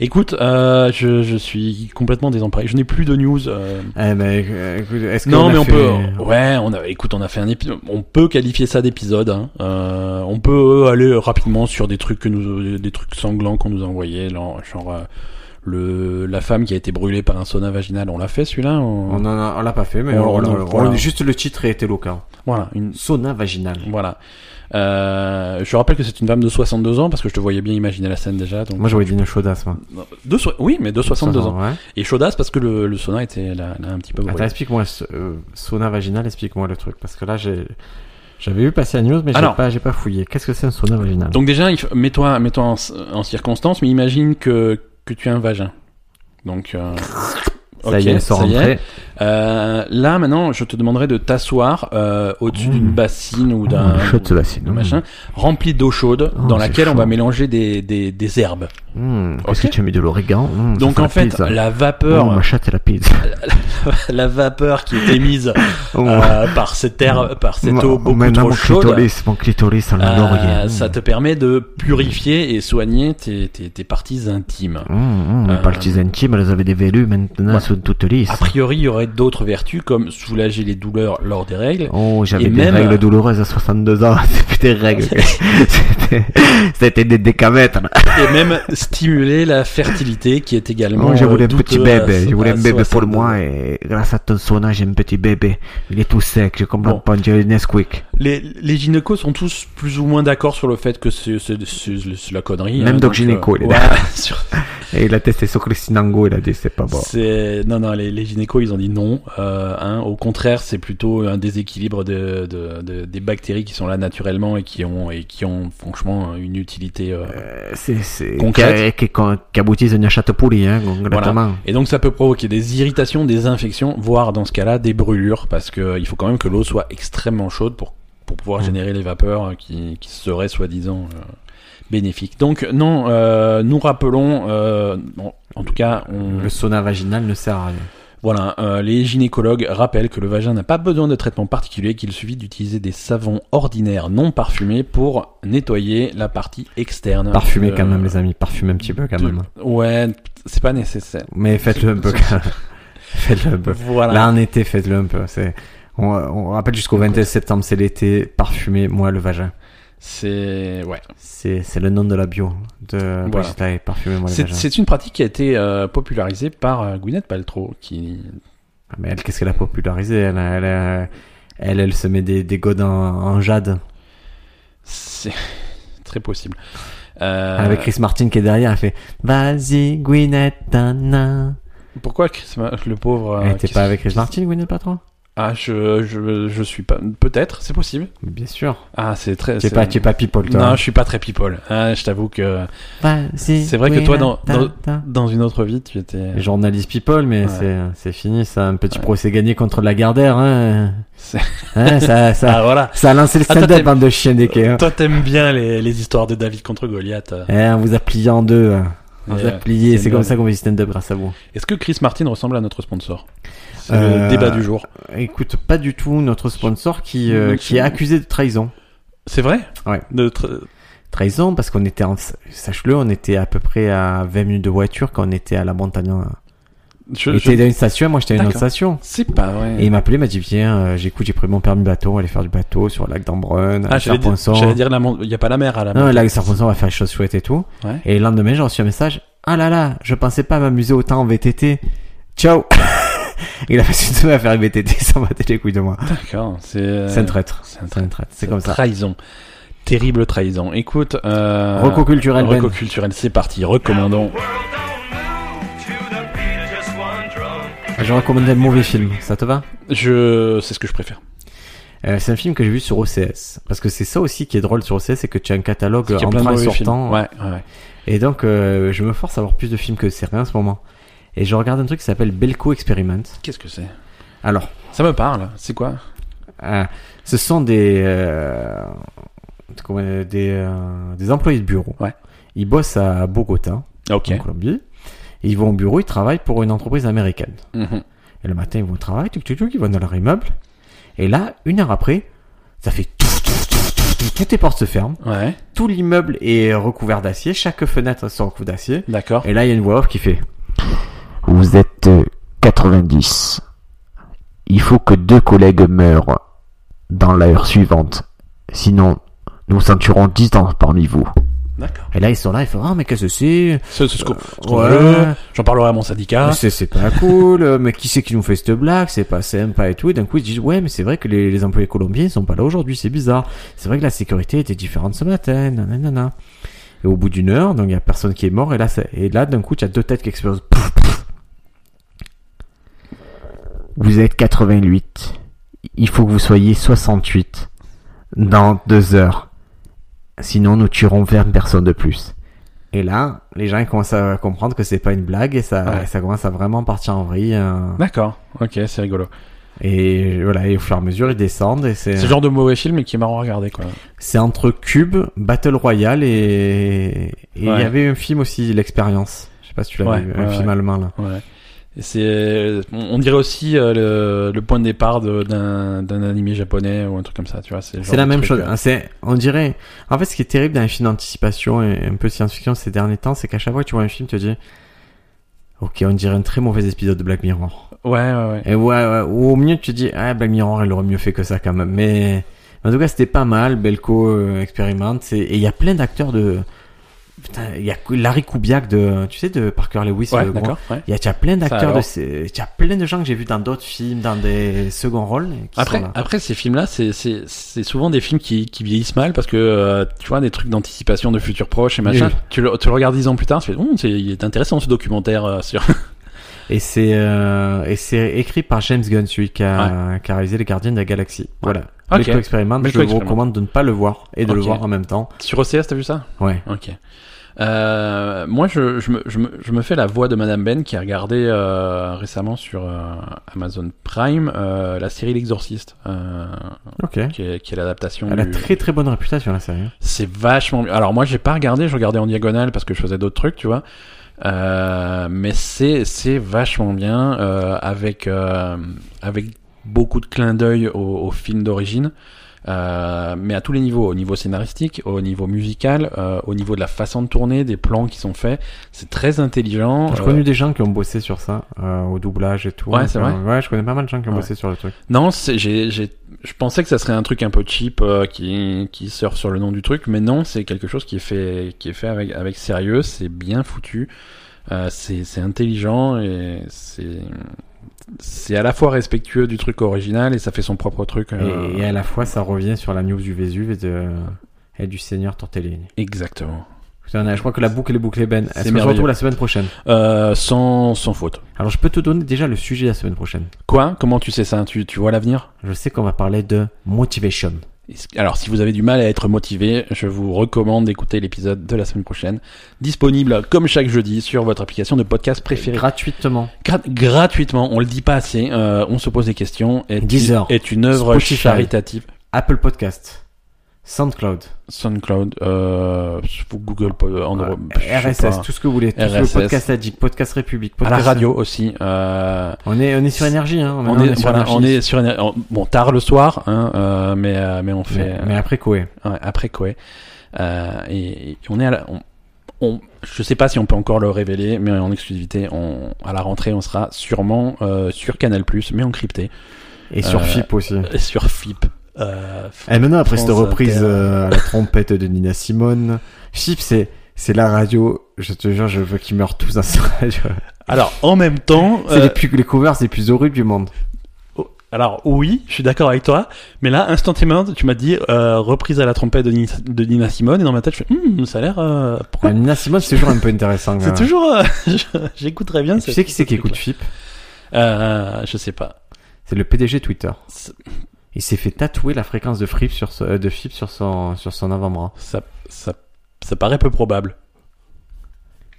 Speaker 2: Écoute, euh, je, je suis complètement désemparé. Je n'ai plus de news. euh,
Speaker 1: Eh ben, euh, écoute, est-ce
Speaker 2: Non,
Speaker 1: qu'on a
Speaker 2: mais on
Speaker 1: fait-
Speaker 2: peut. euh, Ouais, on a. Écoute, on a fait un épisode. On peut qualifier ça d'épisode. hein. Euh, on peut euh, aller rapidement sur des trucs que nous, des trucs sanglants qu'on nous a envoyés, là, genre euh, le la femme qui a été brûlée par un sauna vaginal. On l'a fait celui-là. on-
Speaker 1: On en a- on l'a pas fait, mais
Speaker 2: On-
Speaker 1: on,
Speaker 2: on-
Speaker 1: on-
Speaker 2: voilà.
Speaker 1: on- juste le titre est éloquent.
Speaker 2: Voilà. Une.
Speaker 1: Sauna vaginale.
Speaker 2: Voilà. Euh, je rappelle que c'est une femme de 62 ans parce que je te voyais bien imaginer la scène déjà. Donc
Speaker 1: Moi, j'aurais dit une chaudasse, moi.
Speaker 2: de so- oui, mais de 62 ans.
Speaker 1: Ouais.
Speaker 2: Et chaudasse parce que le, le sauna était là, là un petit peu.
Speaker 1: Attends,
Speaker 2: brûlé.
Speaker 1: explique-moi, ce- euh, sauna vaginale, explique-moi le truc. Parce que là, j'ai, j'avais vu passer la news, mais j'ai
Speaker 2: Alors.
Speaker 1: pas, j'ai pas fouillé. Qu'est-ce que c'est un sauna vaginal?
Speaker 2: Donc déjà, il faut- mets-toi mets en, en circonstance, mais imagine que, que tu as un vagin. Donc, euh,
Speaker 1: ça
Speaker 2: ok,
Speaker 1: y est, sans
Speaker 2: ça y est.
Speaker 1: rentrer.
Speaker 2: Euh, là, maintenant, je te demanderai de t'asseoir euh, au-dessus
Speaker 1: Mmh.
Speaker 2: d'une bassine ou d'un
Speaker 3: Chute la
Speaker 2: ou d'un machin rempli d'eau chaude
Speaker 1: Oh,
Speaker 2: dans
Speaker 1: c'est
Speaker 2: laquelle on
Speaker 1: chaud.
Speaker 2: va mélanger des, des, des herbes.
Speaker 1: Mmh,
Speaker 2: Ok.
Speaker 1: Est-ce que tu as mis de l'origan Mmh, ça Mmh.
Speaker 2: Donc
Speaker 1: la
Speaker 2: en fait,
Speaker 1: pizza.
Speaker 2: la
Speaker 3: Oh,
Speaker 2: vapeur,
Speaker 3: ma chatte, elle a pisse.
Speaker 2: Euh, la vapeur qui est émise
Speaker 1: Oh,
Speaker 2: euh, par cette herbe, par cette
Speaker 1: ma-
Speaker 2: eau beaucoup
Speaker 1: maintenant,
Speaker 2: trop
Speaker 1: mon
Speaker 2: chaude,
Speaker 1: clitoris, mon clitoris, on l'a
Speaker 2: euh,
Speaker 1: laurier.
Speaker 2: ça te permet de purifier et soigner tes, tes, tes parties intimes.
Speaker 1: Mmh, mmh,
Speaker 2: Euh,
Speaker 1: Les parties intimes, elles avaient des velus, maintenant,
Speaker 2: ouais.
Speaker 1: elles sont toutes lisses.
Speaker 2: A priori, il y aurait d'autres vertus comme soulager les douleurs lors des règles.
Speaker 1: Oh,
Speaker 2: Et
Speaker 1: j'avais des
Speaker 2: même-
Speaker 1: règles douloureuses à 62 ans. C'était des règles. que- C'était- C'était des décamètres.
Speaker 2: et même stimuler la fertilité qui est également.
Speaker 1: Moi, Oh, je voulais
Speaker 2: euh,
Speaker 1: un petit
Speaker 2: douteuse à-
Speaker 1: bébé. Je voulais
Speaker 2: à
Speaker 1: un bébé pour
Speaker 2: 62.
Speaker 1: moi et grâce à ton sauna, j'ai un petit bébé. Il est tout sec. Je comprends
Speaker 2: Bon.
Speaker 1: pas. On dirait Nesquik.
Speaker 2: Les, les gynécos sont tous plus ou moins d'accord sur le fait que c'est c'est- c'est- c'est la connerie. hein,
Speaker 1: Même Doc
Speaker 2: donc, euh,
Speaker 1: Gynéco, il est
Speaker 2: ouais,
Speaker 1: d'accord.
Speaker 2: sur-
Speaker 1: Et il a testé sur Christinango. Il a dit c'est pas bon.
Speaker 2: c'est- Non, non, les, les gynécos, ils ont dit non. euh, hein. au contraire, c'est plutôt un déséquilibre de, de- de- des bactéries qui sont là naturellement et qui ont, et qui ont franchement une utilité. euh,
Speaker 1: Euh, C'est c'est
Speaker 2: Concrète.
Speaker 1: qui, qui, qui aboutissent à une chatte pourrie, hein, concrètement.
Speaker 2: Et donc ça peut provoquer des irritations, des infections, voire dans ce cas-là des brûlures, parce que euh, il faut quand même que l'eau soit extrêmement chaude pour, pour pouvoir
Speaker 1: Mm.
Speaker 2: générer les vapeurs euh, qui, qui seraient soi-disant euh, bénéfiques. Donc non, euh, nous rappelons, euh, bon, en tout cas, on,
Speaker 1: Le sauna vaginal ne sert à rien.
Speaker 2: voilà, euh, les gynécologues rappellent que le vagin n'a pas besoin de traitement particulier, qu'il suffit d'utiliser des savons ordinaires non parfumés pour nettoyer la partie externe.
Speaker 1: Parfumez
Speaker 2: de-
Speaker 1: quand même, les amis. Parfumez un petit peu quand
Speaker 2: de-
Speaker 1: même.
Speaker 2: Ouais, c'est pas nécessaire.
Speaker 1: Mais faites-le un peu. quand même. Faites-le un peu.
Speaker 2: Voilà.
Speaker 1: Là, en été, faites-le un peu. C'est, on, on rappelle jusqu'au 21 septembre, c'est l'été. Parfumez, moi, le vagin.
Speaker 2: C'est ouais.
Speaker 1: C'est, c'est le nom de la bio de
Speaker 2: Voilà.
Speaker 1: Brigitte Lahaie, Parfumez, moi, le
Speaker 2: C'est
Speaker 1: vagin.
Speaker 2: c'est une pratique qui a été euh, popularisée par euh, Gwyneth Paltrow, qui
Speaker 1: Ah, Mais elle, qu'est-ce qu'elle a popularisé? Elle, elle, euh, elle, elle se met des, des godes en, en jade.
Speaker 2: c'est très possible. Euh,
Speaker 1: Avec Chris Martin qui est derrière, elle fait, vas-y, Gwyneth, nana.
Speaker 2: Pourquoi Chris, Ma- le pauvre euh,
Speaker 1: elle était
Speaker 2: qui-
Speaker 1: pas avec Chris
Speaker 2: Ah, qui-
Speaker 1: Martin, Gwyneth Paltrow?
Speaker 2: Ah, je, je, je suis pas. Peut-être, c'est possible.
Speaker 1: Bien sûr.
Speaker 2: Ah, c'est très.
Speaker 1: Tu es
Speaker 2: c'est-
Speaker 1: pas, tu es pas people, toi.
Speaker 2: Non, je suis pas très people. Ah, je t'avoue que
Speaker 1: Bah, si,
Speaker 2: C'est vrai que
Speaker 1: oui,
Speaker 2: toi,
Speaker 1: là,
Speaker 2: dans-
Speaker 1: ta,
Speaker 2: dans-
Speaker 1: ta.
Speaker 2: dans une autre vie, tu étais.
Speaker 1: Journaliste people, mais
Speaker 2: Ouais.
Speaker 1: c'est, c'est fini, ça. Un petit
Speaker 2: Ouais.
Speaker 1: procès gagné contre la Lagardère, hein.
Speaker 2: C'est-
Speaker 1: Hein, ça, ça,
Speaker 2: Ah, voilà.
Speaker 1: ça a lancé le
Speaker 2: Attends, t'es-
Speaker 1: stand-up, bande de chiens des quais, hein.
Speaker 2: Toi, t'aimes bien les, les histoires de David contre Goliath.
Speaker 1: Eh, on vous a plié en deux. hein. On vous
Speaker 2: Et,
Speaker 1: a
Speaker 2: euh,
Speaker 1: plié.
Speaker 2: c'est
Speaker 1: C'est comme
Speaker 2: énorme.
Speaker 1: ça qu'on fait du stand-up grâce à vous.
Speaker 2: Est-ce que Chris Martin ressemble à notre sponsor C'est le
Speaker 1: Euh,
Speaker 2: débat du jour.
Speaker 1: Écoute, pas du tout notre sponsor qui, euh,
Speaker 2: Donc,
Speaker 1: qui est
Speaker 2: c'est-
Speaker 1: accusé de trahison.
Speaker 2: C'est vrai
Speaker 1: Ouais.
Speaker 2: De tr-
Speaker 1: Trahison parce qu'on était, en... sache-le, on était à peu près à 20 minutes de voiture quand on était à la montagne.
Speaker 2: je-
Speaker 1: Il
Speaker 2: je-
Speaker 1: était dans une station, moi j'étais dans une autre
Speaker 2: D'accord.
Speaker 1: station.
Speaker 2: C'est pas vrai.
Speaker 1: Et il m'a appelé, il m'a dit Viens, euh, j'écoute, j'ai pris mon permis bateau, on va aller faire du bateau sur le lac d'Ambrun,
Speaker 2: Ah,
Speaker 1: à
Speaker 2: j'allais dire,
Speaker 1: Serponçon.
Speaker 2: j'allais dire la mon- il n'y a pas la mer à la
Speaker 1: Non, le
Speaker 2: mer.
Speaker 1: lac Serponçon, on va faire des choses chouettes et tout.
Speaker 2: Ouais.
Speaker 1: Et le lendemain, j'ai reçu un message Ah là là, je pensais pas m'amuser autant en VTT. Ciao Il a passé une semaine à faire une VTT sans battre les couilles de moi.
Speaker 2: D'accord, c'est. euh,
Speaker 1: C'est un traître.
Speaker 2: C'est
Speaker 1: C'est
Speaker 2: un
Speaker 1: un
Speaker 2: traître.
Speaker 1: traître, c'est comme ça.
Speaker 2: Trahison. Terrible trahison. Écoute, euh,
Speaker 1: Reco culturel, Ben.
Speaker 2: Reco culturel, c'est parti. Recommandons.
Speaker 4: World don't move to the beat of just one drum.
Speaker 1: Je recommandais un mauvais film, ça te va
Speaker 2: Je, c'est ce que je préfère.
Speaker 1: Euh, C'est un film que j'ai vu sur OCS. Parce que c'est ça aussi qui est drôle sur OCS, c'est que tu as un catalogue
Speaker 2: Il y a plein de
Speaker 1: entrant et
Speaker 2: mauvais films.
Speaker 1: sortant.
Speaker 2: Ouais, ouais, ouais.
Speaker 1: Et donc, euh, je me force à voir plus de films que séries en ce moment. Et je regarde un truc qui s'appelle Belco Experiment.
Speaker 2: Qu'est-ce que c'est
Speaker 1: Alors,
Speaker 2: Ça me parle. C'est quoi
Speaker 1: euh, ce sont des euh, comment, euh, des, euh, des employés de bureau.
Speaker 2: Ouais.
Speaker 1: Ils bossent à Bogota,
Speaker 2: Ok.
Speaker 1: en Colombie. Et Ils vont au bureau, ils travaillent pour une entreprise américaine.
Speaker 2: Mhm.
Speaker 1: Et le matin, ils vont au travail, tuc, tuc, tuc, ils vont dans leur immeuble. Et là, une heure après, ça fait tout, tout, tout, tout, tout, toutes les portes se ferment,
Speaker 2: Ouais.
Speaker 1: tout l'immeuble est recouvert d'acier, chaque fenêtre est recouverte d'acier.
Speaker 2: D'accord.
Speaker 1: Et là, il y a une voix off qui fait
Speaker 3: Vous êtes euh, 90. Il faut que deux collègues meurent dans l'heure suivante. Sinon, nous en tuerons 10 dans- parmi vous.
Speaker 2: D'accord.
Speaker 1: Et là, ils sont là, ils font Ah, mais qu'est-ce que c'est
Speaker 2: C'est c'est ce qu'on- ce qu'on
Speaker 1: Ouais.
Speaker 2: veut. J'en parlerai à mon syndicat.
Speaker 1: Mais C'est c'est pas cool, euh, mais qui c'est qui nous fait cette blague C'est pas sympa et tout. Et d'un coup, ils se disent Ouais, mais c'est vrai que les, les employés colombiens ils sont pas là aujourd'hui, c'est bizarre. C'est vrai que la sécurité était différente ce matin, nanana. Et au bout d'une heure, donc il y a personne qui est mort, et là, ça- et là d'un coup, tu as deux têtes qui explosent. Pouf.
Speaker 3: Vous êtes 88. Il faut que vous soyez 68 dans deux heures. Sinon, nous tuerons 20 personnes de plus.
Speaker 1: Et là, les gens ils commencent à comprendre que c'est pas une blague, et ça,
Speaker 2: Ouais.
Speaker 1: ça commence à vraiment partir en vrille. hein.
Speaker 2: D'accord. Ok, c'est rigolo.
Speaker 1: Et voilà, et au fur et à mesure, ils descendent, et c'est.
Speaker 2: C'est le genre de mauvais film mais qui est marrant à regarder quoi.
Speaker 1: C'est entre Cube, Battle Royale et et il
Speaker 2: Ouais.
Speaker 1: y avait un film aussi, L'Expérience. Je sais pas si tu l'as
Speaker 2: Ouais,
Speaker 1: vu,
Speaker 2: ouais,
Speaker 1: un film
Speaker 2: ouais.
Speaker 1: allemand là.
Speaker 2: Ouais. Et C'est, on on dirait aussi euh, le, le point de départ de- d'un d'un animé japonais ou un truc comme ça, tu vois. le genre
Speaker 1: C'est la
Speaker 2: de
Speaker 1: même
Speaker 2: truc,
Speaker 1: chose.
Speaker 2: euh,
Speaker 1: hein, C'est, on dirait. En fait, ce qui est terrible dans les films d'anticipation et un peu science-fiction ces derniers temps, c'est qu'à chaque fois que tu vois un film, tu te dis, ok, on dirait un très mauvais épisode de Black Mirror.
Speaker 2: euh, Ouais, ouais, ouais.
Speaker 1: Et ouais, ouais, ou au mieux, tu te dis, ah, Black Mirror, elle aurait mieux fait que ça quand même. Mais en tout cas, c'était pas mal. Belko euh, expérimente. c'est- Et il y a plein d'acteurs de. Putain, il y a Larry Kubiak de, tu sais, de Parker Lewis.
Speaker 2: Ouais,
Speaker 1: le grand-
Speaker 2: d'accord. ouais.
Speaker 1: Il y a, tu as plein
Speaker 2: Ça
Speaker 1: d'acteurs,
Speaker 2: alors
Speaker 1: de ces- tu as plein de gens que j'ai vus dans d'autres films, dans des seconds rôles. Qui
Speaker 2: Après,
Speaker 1: sont là.
Speaker 2: après ces films-là, c'est- c'est c'est souvent des films qui, qui vieillissent mal parce que euh, tu vois des trucs d'anticipation de futurs proches et machin.
Speaker 1: Oui.
Speaker 2: Tu, le, tu le regardes dix ans plus tard, tu fais, Hum, c'est il est intéressant ce documentaire euh, sur.
Speaker 1: Et c'est euh, et c'est écrit par James Gunn, celui qui a, qui a réalisé Les Gardiens de la Galaxie. Voilà.
Speaker 2: Ok.
Speaker 1: Belko Experiment,
Speaker 2: Belko
Speaker 1: je vous
Speaker 2: Experiment.
Speaker 1: recommande de ne pas le voir et de le
Speaker 2: Ok.
Speaker 1: voir en même temps.
Speaker 2: sur OCS, t'as vu ça
Speaker 1: Ouais.
Speaker 2: Ok. Euh, moi, je, je, me, je, me, je me fais la voix de Madame Ben qui a regardé euh, récemment sur euh, Amazon Prime euh, la série L'Exorciste, euh,
Speaker 1: Ok.
Speaker 2: qui est, qui est l'adaptation.
Speaker 1: Elle a
Speaker 2: du-
Speaker 1: très très bonne réputation la série.
Speaker 2: C'est vachement mieux. Alors moi, j'ai pas regardé, je regardais en diagonale parce que je faisais d'autres trucs, tu vois. Euh, mais c'est c'est vachement bien euh, avec euh, avec beaucoup de clins d'œil au, au film d'origine. Euh, mais à tous les niveaux, au niveau scénaristique, au niveau musical, euh, au niveau de la façon de tourner, des plans qui sont faits, c'est très intelligent.
Speaker 1: J'ai
Speaker 2: Euh,
Speaker 1: connu des gens qui ont bossé sur ça, euh, au doublage et tout.
Speaker 2: Ouais, c'est
Speaker 1: Euh,
Speaker 2: vrai.
Speaker 1: Ouais, je connais pas mal de gens qui ont
Speaker 2: Ouais.
Speaker 1: bossé sur le truc.
Speaker 2: Non, c'est- j'ai, j'ai, je pensais que ça serait un truc un peu cheap euh, qui, qui surfe sur le nom du truc, mais non, c'est quelque chose qui est fait, qui est fait avec, avec sérieux, c'est bien foutu, euh, c'est, c'est intelligent et c'est, c'est à la fois respectueux du truc original et ça fait son propre truc. euh,
Speaker 1: Et, et à la fois, ça revient sur la news du Vésuve et de et du Seigneur Tortellini.
Speaker 2: Exactement.
Speaker 1: Écoute, Anna, je crois que la boucle est bouclée, Ben.
Speaker 2: C'est
Speaker 1: Est-ce qu'on se
Speaker 2: merveilleux.
Speaker 1: retrouve la semaine prochaine
Speaker 2: Euh, sans, sans faute.
Speaker 1: Alors, je peux te donner déjà le sujet la semaine prochaine.
Speaker 2: Quoi Comment tu sais ça tu, tu vois l'avenir
Speaker 1: Je sais qu'on va parler de motivation.
Speaker 2: Est-ce- Alors, si vous avez du mal à être motivé, je vous recommande d'écouter l'épisode de la semaine prochaine, disponible comme chaque jeudi sur votre application de podcast préférée.
Speaker 1: Gratuitement.
Speaker 2: Gra- gratuitement, on le dit pas assez, euh, on se pose des questions. Est,
Speaker 1: Deezer.
Speaker 2: est une œuvre
Speaker 1: Spotify.
Speaker 2: charitative.
Speaker 1: Apple Podcast. SoundCloud.
Speaker 2: SoundCloud, euh, Google, euh, Android,
Speaker 1: Voilà.
Speaker 2: je sais pas.
Speaker 1: RSS, tout ce que vous voulez. Tout ce que
Speaker 2: RSS.
Speaker 1: Podcast Addict, Podcast République,
Speaker 2: à la
Speaker 1: Podcast...
Speaker 2: radio aussi. euh,
Speaker 1: On est, on est sur énergie, hein.
Speaker 2: on,
Speaker 1: Maintenant,
Speaker 2: est, voilà,
Speaker 1: énergie.
Speaker 2: on est sur une- en- bon tard le soir, hein, euh, mais euh, mais on fait
Speaker 1: Mais, mais après Koé.
Speaker 2: Ouais, après Koé. Euh, et, et on est à la- on, on- je sais pas si on peut encore le révéler, mais en exclusivité, on, à la rentrée, on sera sûrement euh, sur Canal+, mais encrypté,
Speaker 1: Et sur
Speaker 2: Euh,
Speaker 1: FIP aussi.
Speaker 2: et sur FIP. Euh,
Speaker 1: Et maintenant, Eh, après
Speaker 2: France
Speaker 1: cette reprise
Speaker 2: Inter.
Speaker 1: euh, à la trompette de Nina Simone, FIP, c'est, c'est la radio. Je te jure, je veux qu'ils meurent tous dans cette radio.
Speaker 2: alors, en même temps,
Speaker 1: C'est
Speaker 2: euh,
Speaker 1: les, plus, les covers les plus horribles du monde.
Speaker 2: oh, alors oui, je suis d'accord avec toi, mais là, instantanément, tu m'as dit euh, reprise à la trompette de Nina, de Nina Simone, et dans ma tête, je fais, Hum, ça a l'air, euh, pourquoi
Speaker 1: Ah, Nina Simone, c'est toujours un peu intéressant. quand
Speaker 2: C'est
Speaker 1: même.
Speaker 2: toujours, euh, je- j'écouterais bien.
Speaker 1: Et Tu
Speaker 2: ce-
Speaker 1: sais qui
Speaker 2: ce
Speaker 1: c'est qui écoute
Speaker 2: truc-là.
Speaker 1: FIP
Speaker 2: Euh, Je sais pas.
Speaker 1: C'est le PDG Twitter.
Speaker 2: C'est-
Speaker 1: Il s'est fait tatouer la fréquence de FIP sur, son- euh, de FIP sur son, sur son avant-bras.
Speaker 2: Ça, ça, ça paraît peu probable.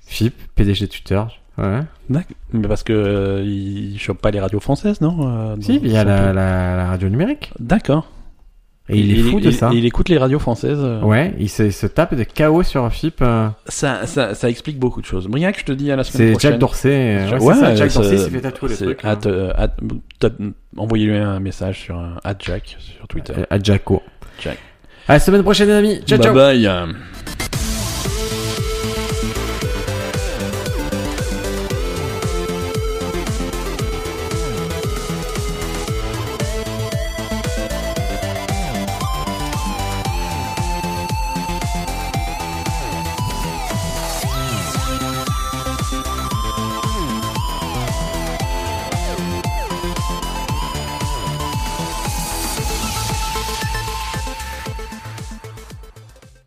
Speaker 1: FIP, PDG Twitter. Ouais.
Speaker 2: D'accord. Mais parce que euh, ils chopent pas les radios françaises, non euh,
Speaker 1: Si,
Speaker 2: dans-
Speaker 1: il y a
Speaker 2: dans-
Speaker 1: la, la, la radio numérique.
Speaker 2: D'accord.
Speaker 1: Et il, est fou de
Speaker 2: il-
Speaker 1: ça.
Speaker 2: Il écoute les radios françaises. euh.
Speaker 1: Ouais, il se, il se tape de chaos sur FIP. euh,
Speaker 2: Ça, ça, ça explique beaucoup de choses. Briac, je te dis à la semaine
Speaker 1: C'est
Speaker 2: prochaine.
Speaker 1: Jack Dorsey. euh,
Speaker 2: Ouais,
Speaker 1: c'est ça, Jack
Speaker 2: ça-
Speaker 1: Dorsey s'est fait tatouer le
Speaker 2: c'est
Speaker 1: truc. hein.
Speaker 2: at, euh, at- top- Envoyez-lui un message sur un at Jack sur Twitter.
Speaker 1: À Jacko.
Speaker 2: Jack.
Speaker 1: À
Speaker 2: Bah
Speaker 1: la semaine prochaine, les amis. Ciao,
Speaker 2: bye
Speaker 1: ciao.
Speaker 2: bye.